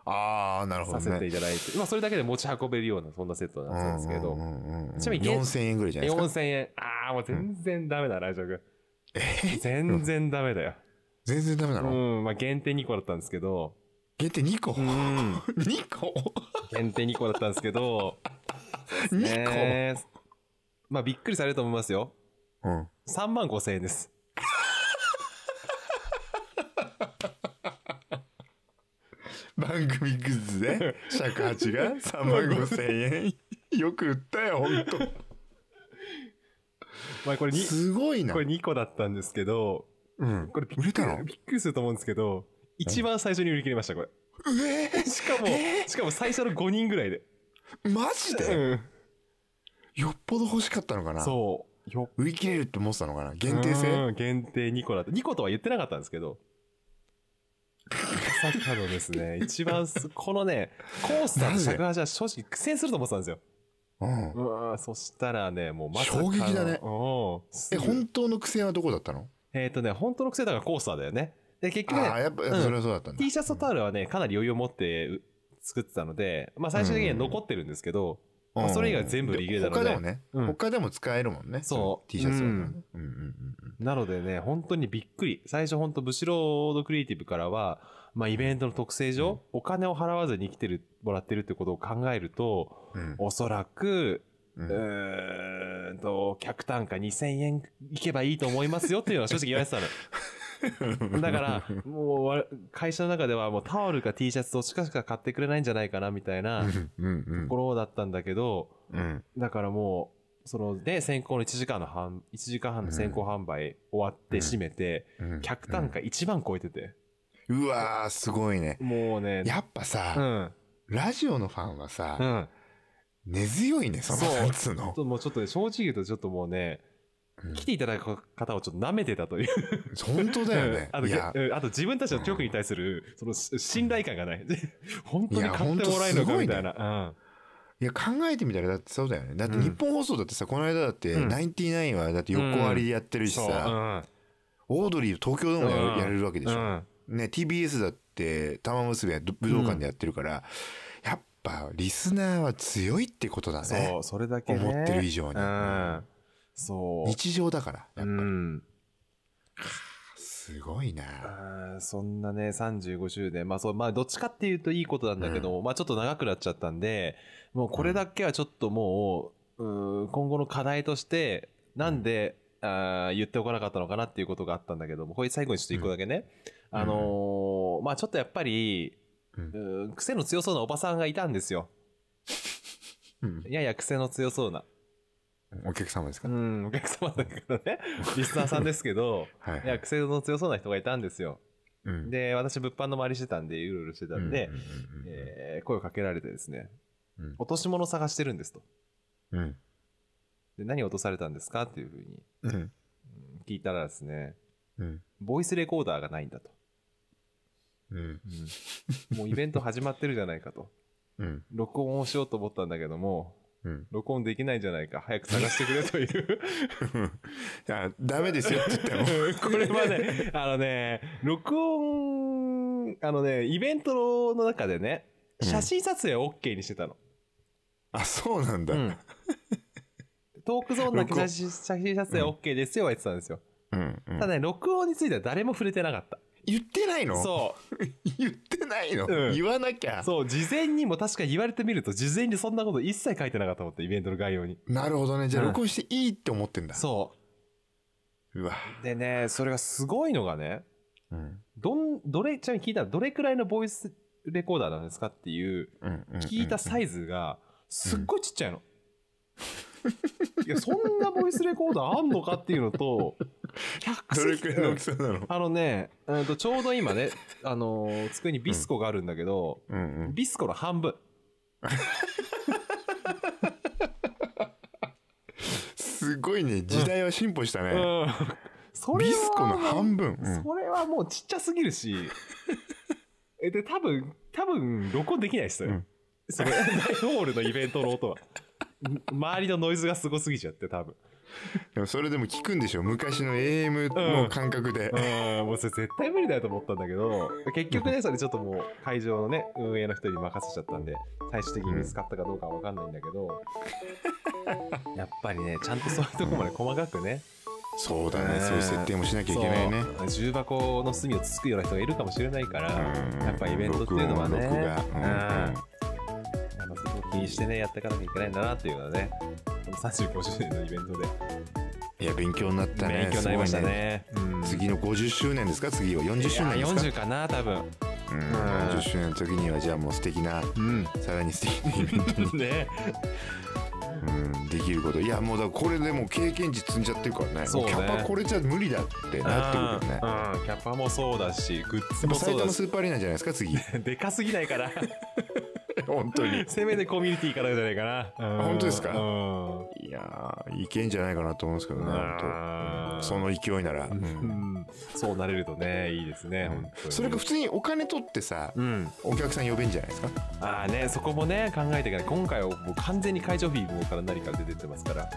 Speaker 2: ああなるほど
Speaker 1: さ
Speaker 2: ね
Speaker 1: せていただいて、まあ、それだけで持ち運べるような、そんなセットになってたんですけど、ちなみに現
Speaker 2: 4000円ぐらいじゃないですか
Speaker 1: 4000円。ああ、もう全然ダメだ、ラジオ君。全然ダメだよ。
Speaker 2: 全然ダメな
Speaker 1: う
Speaker 2: の、
Speaker 1: ん、まあ限定2個だったんですけど、
Speaker 2: 限定2個、
Speaker 1: うん、
Speaker 2: 2個
Speaker 1: 限定2個だったんですけど、
Speaker 2: 2
Speaker 1: ねーまあびっくりされると思いますよ。
Speaker 2: 個、うん、
Speaker 1: 3万5千円です。
Speaker 2: 番組グッズで尺八が3万5000円よく売ったよほんと
Speaker 1: まあ これに
Speaker 2: すごいな
Speaker 1: これ2個だったんですけど、
Speaker 2: うん、
Speaker 1: これびっ
Speaker 2: 売れ
Speaker 1: く
Speaker 2: たの
Speaker 1: りびっくりすると思うんですけど、一番最初に売り切れました、これ。
Speaker 2: え
Speaker 1: しかも、しかも最初の5人ぐらいで。
Speaker 2: ー、マジで、
Speaker 1: うん
Speaker 2: よっぽど欲しかったのかな
Speaker 1: そう。よ
Speaker 2: 売り切れるって思ってたのかな限定性
Speaker 1: うん限定2個だった2個とは言ってなかったんですけどまさかのです ね一番すこのねコースター
Speaker 2: な
Speaker 1: と
Speaker 2: ぜ
Speaker 1: 尺八は正直苦戦すると思ってたんですよ
Speaker 2: うん
Speaker 1: うわーそしたらねもうまさかの
Speaker 2: 衝撃だね
Speaker 1: うん
Speaker 2: え
Speaker 1: すぐ
Speaker 2: 本当の苦戦はどこだったの
Speaker 1: えっ、とね本当の癖だからコースターだよねで結
Speaker 2: あ
Speaker 1: 局ね
Speaker 2: あーやっぱ
Speaker 1: うん
Speaker 2: それはそうだったんだ、
Speaker 1: T シャツとタオルはねかなり余裕を持ってう作ってたのでまあ最終的には残ってるんですけど、まあ、それ以外は全部売り切れたの
Speaker 2: 他
Speaker 1: で
Speaker 2: でもね、
Speaker 1: うん
Speaker 2: 他でも使えるもんね
Speaker 1: そう
Speaker 2: T シャツは
Speaker 1: う
Speaker 2: ね、
Speaker 1: ん
Speaker 2: うんうんうん
Speaker 1: なのでね、本当にびっくり。最初本当、ブシロードクリエイティブからは、まあ、イベントの特性上、お金を払わずに来てる、もらってるってことを考えると、
Speaker 2: うん
Speaker 1: おそらく、
Speaker 2: うん
Speaker 1: うーんと、客単価2000円いけばいいと思いますよっていうのは正直言われてた の。だから、もうわ、会社の中ではもうタオルか T シャツどっちかしか買ってくれないんじゃないかなみたいなと
Speaker 2: うんうん
Speaker 1: ころだったんだけど、
Speaker 2: うん
Speaker 1: だからもう、そので、先行の1時間の半、1時間半の先行販売終わって閉めて、
Speaker 2: うん
Speaker 1: 客単価1万超えてて、
Speaker 2: うわーすごいね
Speaker 1: もうね、
Speaker 2: やっぱ
Speaker 1: う
Speaker 2: さ、
Speaker 1: ん、
Speaker 2: ラジオのファンはさ、
Speaker 1: うん。
Speaker 2: 根強いねそ
Speaker 1: そ
Speaker 2: の
Speaker 1: う
Speaker 2: なんつう
Speaker 1: ちょっ
Speaker 2: の
Speaker 1: ともうちょっとね正直言うとちょっともうね、
Speaker 2: うん
Speaker 1: 来ていただく方をちょっと舐めてたという。
Speaker 2: 本当だよね
Speaker 1: あと
Speaker 2: いや
Speaker 1: うんあと自分たちの局に対する、そのし信頼感がない。 本当
Speaker 2: い
Speaker 1: に
Speaker 2: や
Speaker 1: 買ってもらえるのかみたいな。
Speaker 2: いや考えてみたらだってそうだよねだって
Speaker 1: うん
Speaker 2: 日本放送だってさこの間だって、
Speaker 1: うん
Speaker 2: ナインティナインはだって横割りでやって
Speaker 1: う
Speaker 2: る
Speaker 1: ん
Speaker 2: し
Speaker 1: そう
Speaker 2: さ、オードリー東京ドームでやる,、
Speaker 1: うん
Speaker 2: やれるわけでし
Speaker 1: う
Speaker 2: ょ、
Speaker 1: ん
Speaker 2: ね TBS だって玉結びは武道館でやってるから、やっぱリスナーは強いってことだね
Speaker 1: そう、それだけ、ね、
Speaker 2: 思ってる以上に
Speaker 1: うん、そう。
Speaker 2: 日常だからやっぱ、
Speaker 1: うん
Speaker 2: すごいな
Speaker 1: あーそんなね、35周年。まあそう、まあどっちかっていうといいことなんだけど、まあちょっと長くなっちゃったんで、もうこれだけはちょっともう、うーん今後の課題として、なんで、あー言っておかなかったのかなっていうことがあったんだけども、これ最後にちょっと一個だけね。
Speaker 2: うん
Speaker 1: あのーまあちょっとやっぱり、
Speaker 2: う
Speaker 1: うんーん癖の強そうなおばさんがいたんですよ。
Speaker 2: うん
Speaker 1: やや癖の強そうな。
Speaker 2: お客様ですか、
Speaker 1: うん、お客様だけど ね、リスナーさんですけ ど、
Speaker 2: はいはい
Speaker 1: いや、癖の強そうな人がいたんですよ。
Speaker 2: うん
Speaker 1: で、私、物販の回りしてたんで、うろうろしてたんで、
Speaker 2: うん
Speaker 1: えー声をかけられてですね、
Speaker 2: うん
Speaker 1: 落とし物探してるんですと。
Speaker 2: うん
Speaker 1: で、何落とされたんですかっていうふうに
Speaker 2: うん
Speaker 1: 聞いたらですね、
Speaker 2: うん
Speaker 1: ボイスレコーダーがないんだと。
Speaker 2: うん
Speaker 1: もうイベント始まってるじゃないかと。
Speaker 2: うん。
Speaker 1: 録音をしようと思ったんだけども、
Speaker 2: うん。
Speaker 1: 録音できないじゃないか。早く探してくれと いう。
Speaker 2: いや、ダメですよって言っても。
Speaker 1: これはね、あのね、録音、あのね、イベントの中でね、
Speaker 2: うん
Speaker 1: 写真撮影は OK にしてたの。
Speaker 2: あ、そうなんだ。
Speaker 1: う
Speaker 2: うんん。
Speaker 1: トークゾーンだけ
Speaker 2: 録
Speaker 1: 写
Speaker 2: 音
Speaker 1: 真写真撮影は OK ですよは言ってたんですよ。
Speaker 2: うん
Speaker 1: ただね、録音については誰も触れてなか った。
Speaker 2: 言ってないの。
Speaker 1: そう
Speaker 2: 言ってないの
Speaker 1: うん
Speaker 2: 言わなきゃ
Speaker 1: う。。そう、事前にも確か言われてみると、事前にそんなこと一切書いてなかったと思って、イベントの概要に。
Speaker 2: なるほどね。じゃあ
Speaker 1: うん
Speaker 2: 録音していいって思ってんだ。。
Speaker 1: そう
Speaker 2: わ。
Speaker 1: う。でね、それがすごいのがね、
Speaker 2: うん。
Speaker 1: どん、どれ、ちなみに聞いたらどれくらいのボイスレコーダーなんですかっていう、
Speaker 2: うんうん
Speaker 1: 聞いたサイズが、すっごいちっちゃいの。いや、そんなボイスレコーダーあんのかっていうのと、
Speaker 2: どれくらいの大きさなの
Speaker 1: あのね、うんとちょうど今ね、あのー机にビスコがあるんだけど、
Speaker 2: うんうん。
Speaker 1: ビスコの半分。
Speaker 2: すごいね。時代は進歩した
Speaker 1: う
Speaker 2: ね。
Speaker 1: んそれ
Speaker 2: ビ
Speaker 1: は
Speaker 2: スコの半分。うん
Speaker 1: それはもうちっちゃすぎる し、えで、多分、多分、録音できないですよ。
Speaker 2: うん
Speaker 1: その、大ホールのイベントの音は。周りのノイズがすごすぎちゃって、多分。
Speaker 2: でもそれでも聞くんでしょ昔の AM の感覚で。
Speaker 1: うん、もうそれ絶対無理だと思ったんだけど、結局ね、それちょっともう会場のね、運営の人に任せちゃったんで、最終的に見つかったかどうかはわかんないんだけど、やっぱりね、ちゃんとそういうとこまで細かくね、
Speaker 2: そうだね。そういう設定もしなきゃいけないね。
Speaker 1: そう重箱の隅をつつくような人がいるかもしれないから、
Speaker 2: うん
Speaker 1: やっぱイベントっていうのはね、
Speaker 2: 録音録画うん
Speaker 1: うんあのそこを気にしてね、やっていかなきゃいけないんだなっていうのはね、この35周年のイベントで
Speaker 2: いや、勉強になったね。
Speaker 1: 勉強になりました
Speaker 2: すごい
Speaker 1: ね。うん
Speaker 2: 次の50周年ですか次は40周
Speaker 1: い
Speaker 2: 年
Speaker 1: や
Speaker 2: です
Speaker 1: 40
Speaker 2: か
Speaker 1: かな、多分。
Speaker 2: うん
Speaker 1: ん
Speaker 2: 40周年の時にはじゃあもう素敵な
Speaker 1: うん。
Speaker 2: さらに素敵なイベント に、
Speaker 1: ね、
Speaker 2: うん、できることいやもうだからこれでもう経験値積んじゃってるからね
Speaker 1: そうね
Speaker 2: キャパこれじゃ無理だって なってくるよね
Speaker 1: うんうんキャパもそうだし、グッズ
Speaker 2: やっ
Speaker 1: も
Speaker 2: ぱ埼
Speaker 1: そうだ
Speaker 2: 玉
Speaker 1: し、
Speaker 2: スーパーアリーナじゃないです か次
Speaker 1: でかすぎない から、
Speaker 2: 本当に
Speaker 1: せめてコミュニティからじゃないかな。うん
Speaker 2: 本当ですか
Speaker 1: うん。
Speaker 2: いやーいけんじゃないかなと思うんですけどね本
Speaker 1: うん
Speaker 2: 当その勢いなら、う
Speaker 1: うんんそうなれるとね、いいですね、本当に
Speaker 2: それか普通にお金取ってさ
Speaker 1: うん、
Speaker 2: お客さん呼べんじゃないですか
Speaker 1: ああね、そこもね、考えていかない、今回はもう完全に会場費もから何から出てってますから、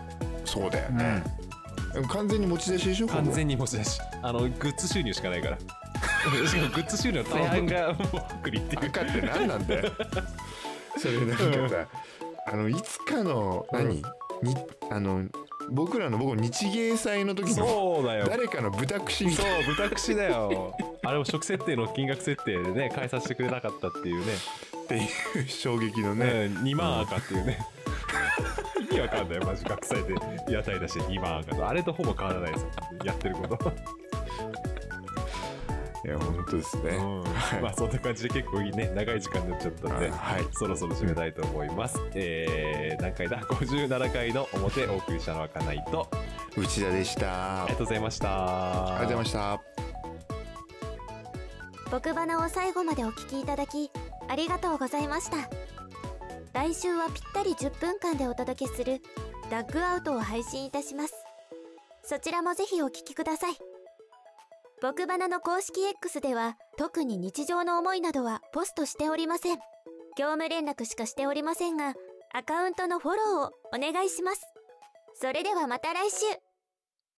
Speaker 2: そうだよね、完全に持ち出しでしょ
Speaker 1: 完全にもしだし、あのグッズ収入しかない から、しかもグッズ収入の大半がもう送りっていう、
Speaker 2: 赤って何なんだよそれなんかさあのいつかの何、にあの僕らの僕の日芸祭の時の
Speaker 1: そうだよ、そう、
Speaker 2: 誰かの豚串みたいな
Speaker 1: 豚串だよ、 あれも食設定の金額設定でね、返させてくれなかったっていうね、
Speaker 2: っていう衝撃のね、
Speaker 1: ね2万赤っていうね。 意味わかんないマジ学祭で屋台出して2万赤とあれとほぼ変わらないですよやってること
Speaker 2: いや本当ですね、
Speaker 1: うんまあそんな感じで結構いいね長い時間になっちゃったんで、
Speaker 2: あはい
Speaker 1: そろそろ締めたいと思います、えー、何回だ57回の表お送りしたのはかないとあ
Speaker 2: 内田でしたあ
Speaker 1: り
Speaker 2: り
Speaker 1: がとうございました
Speaker 2: がとうございました
Speaker 3: 僕バナを最後までお聞きいただきありがとうございました来週はぴったり10分間でお届けするダッグアウトを配信いたしますそちらもぜひお聞きください僕バナの公式 X では特に日常の思いなどはポストしておりません業務連絡しかしておりませんがアカウントのフォローをお願いしますそれではまた来週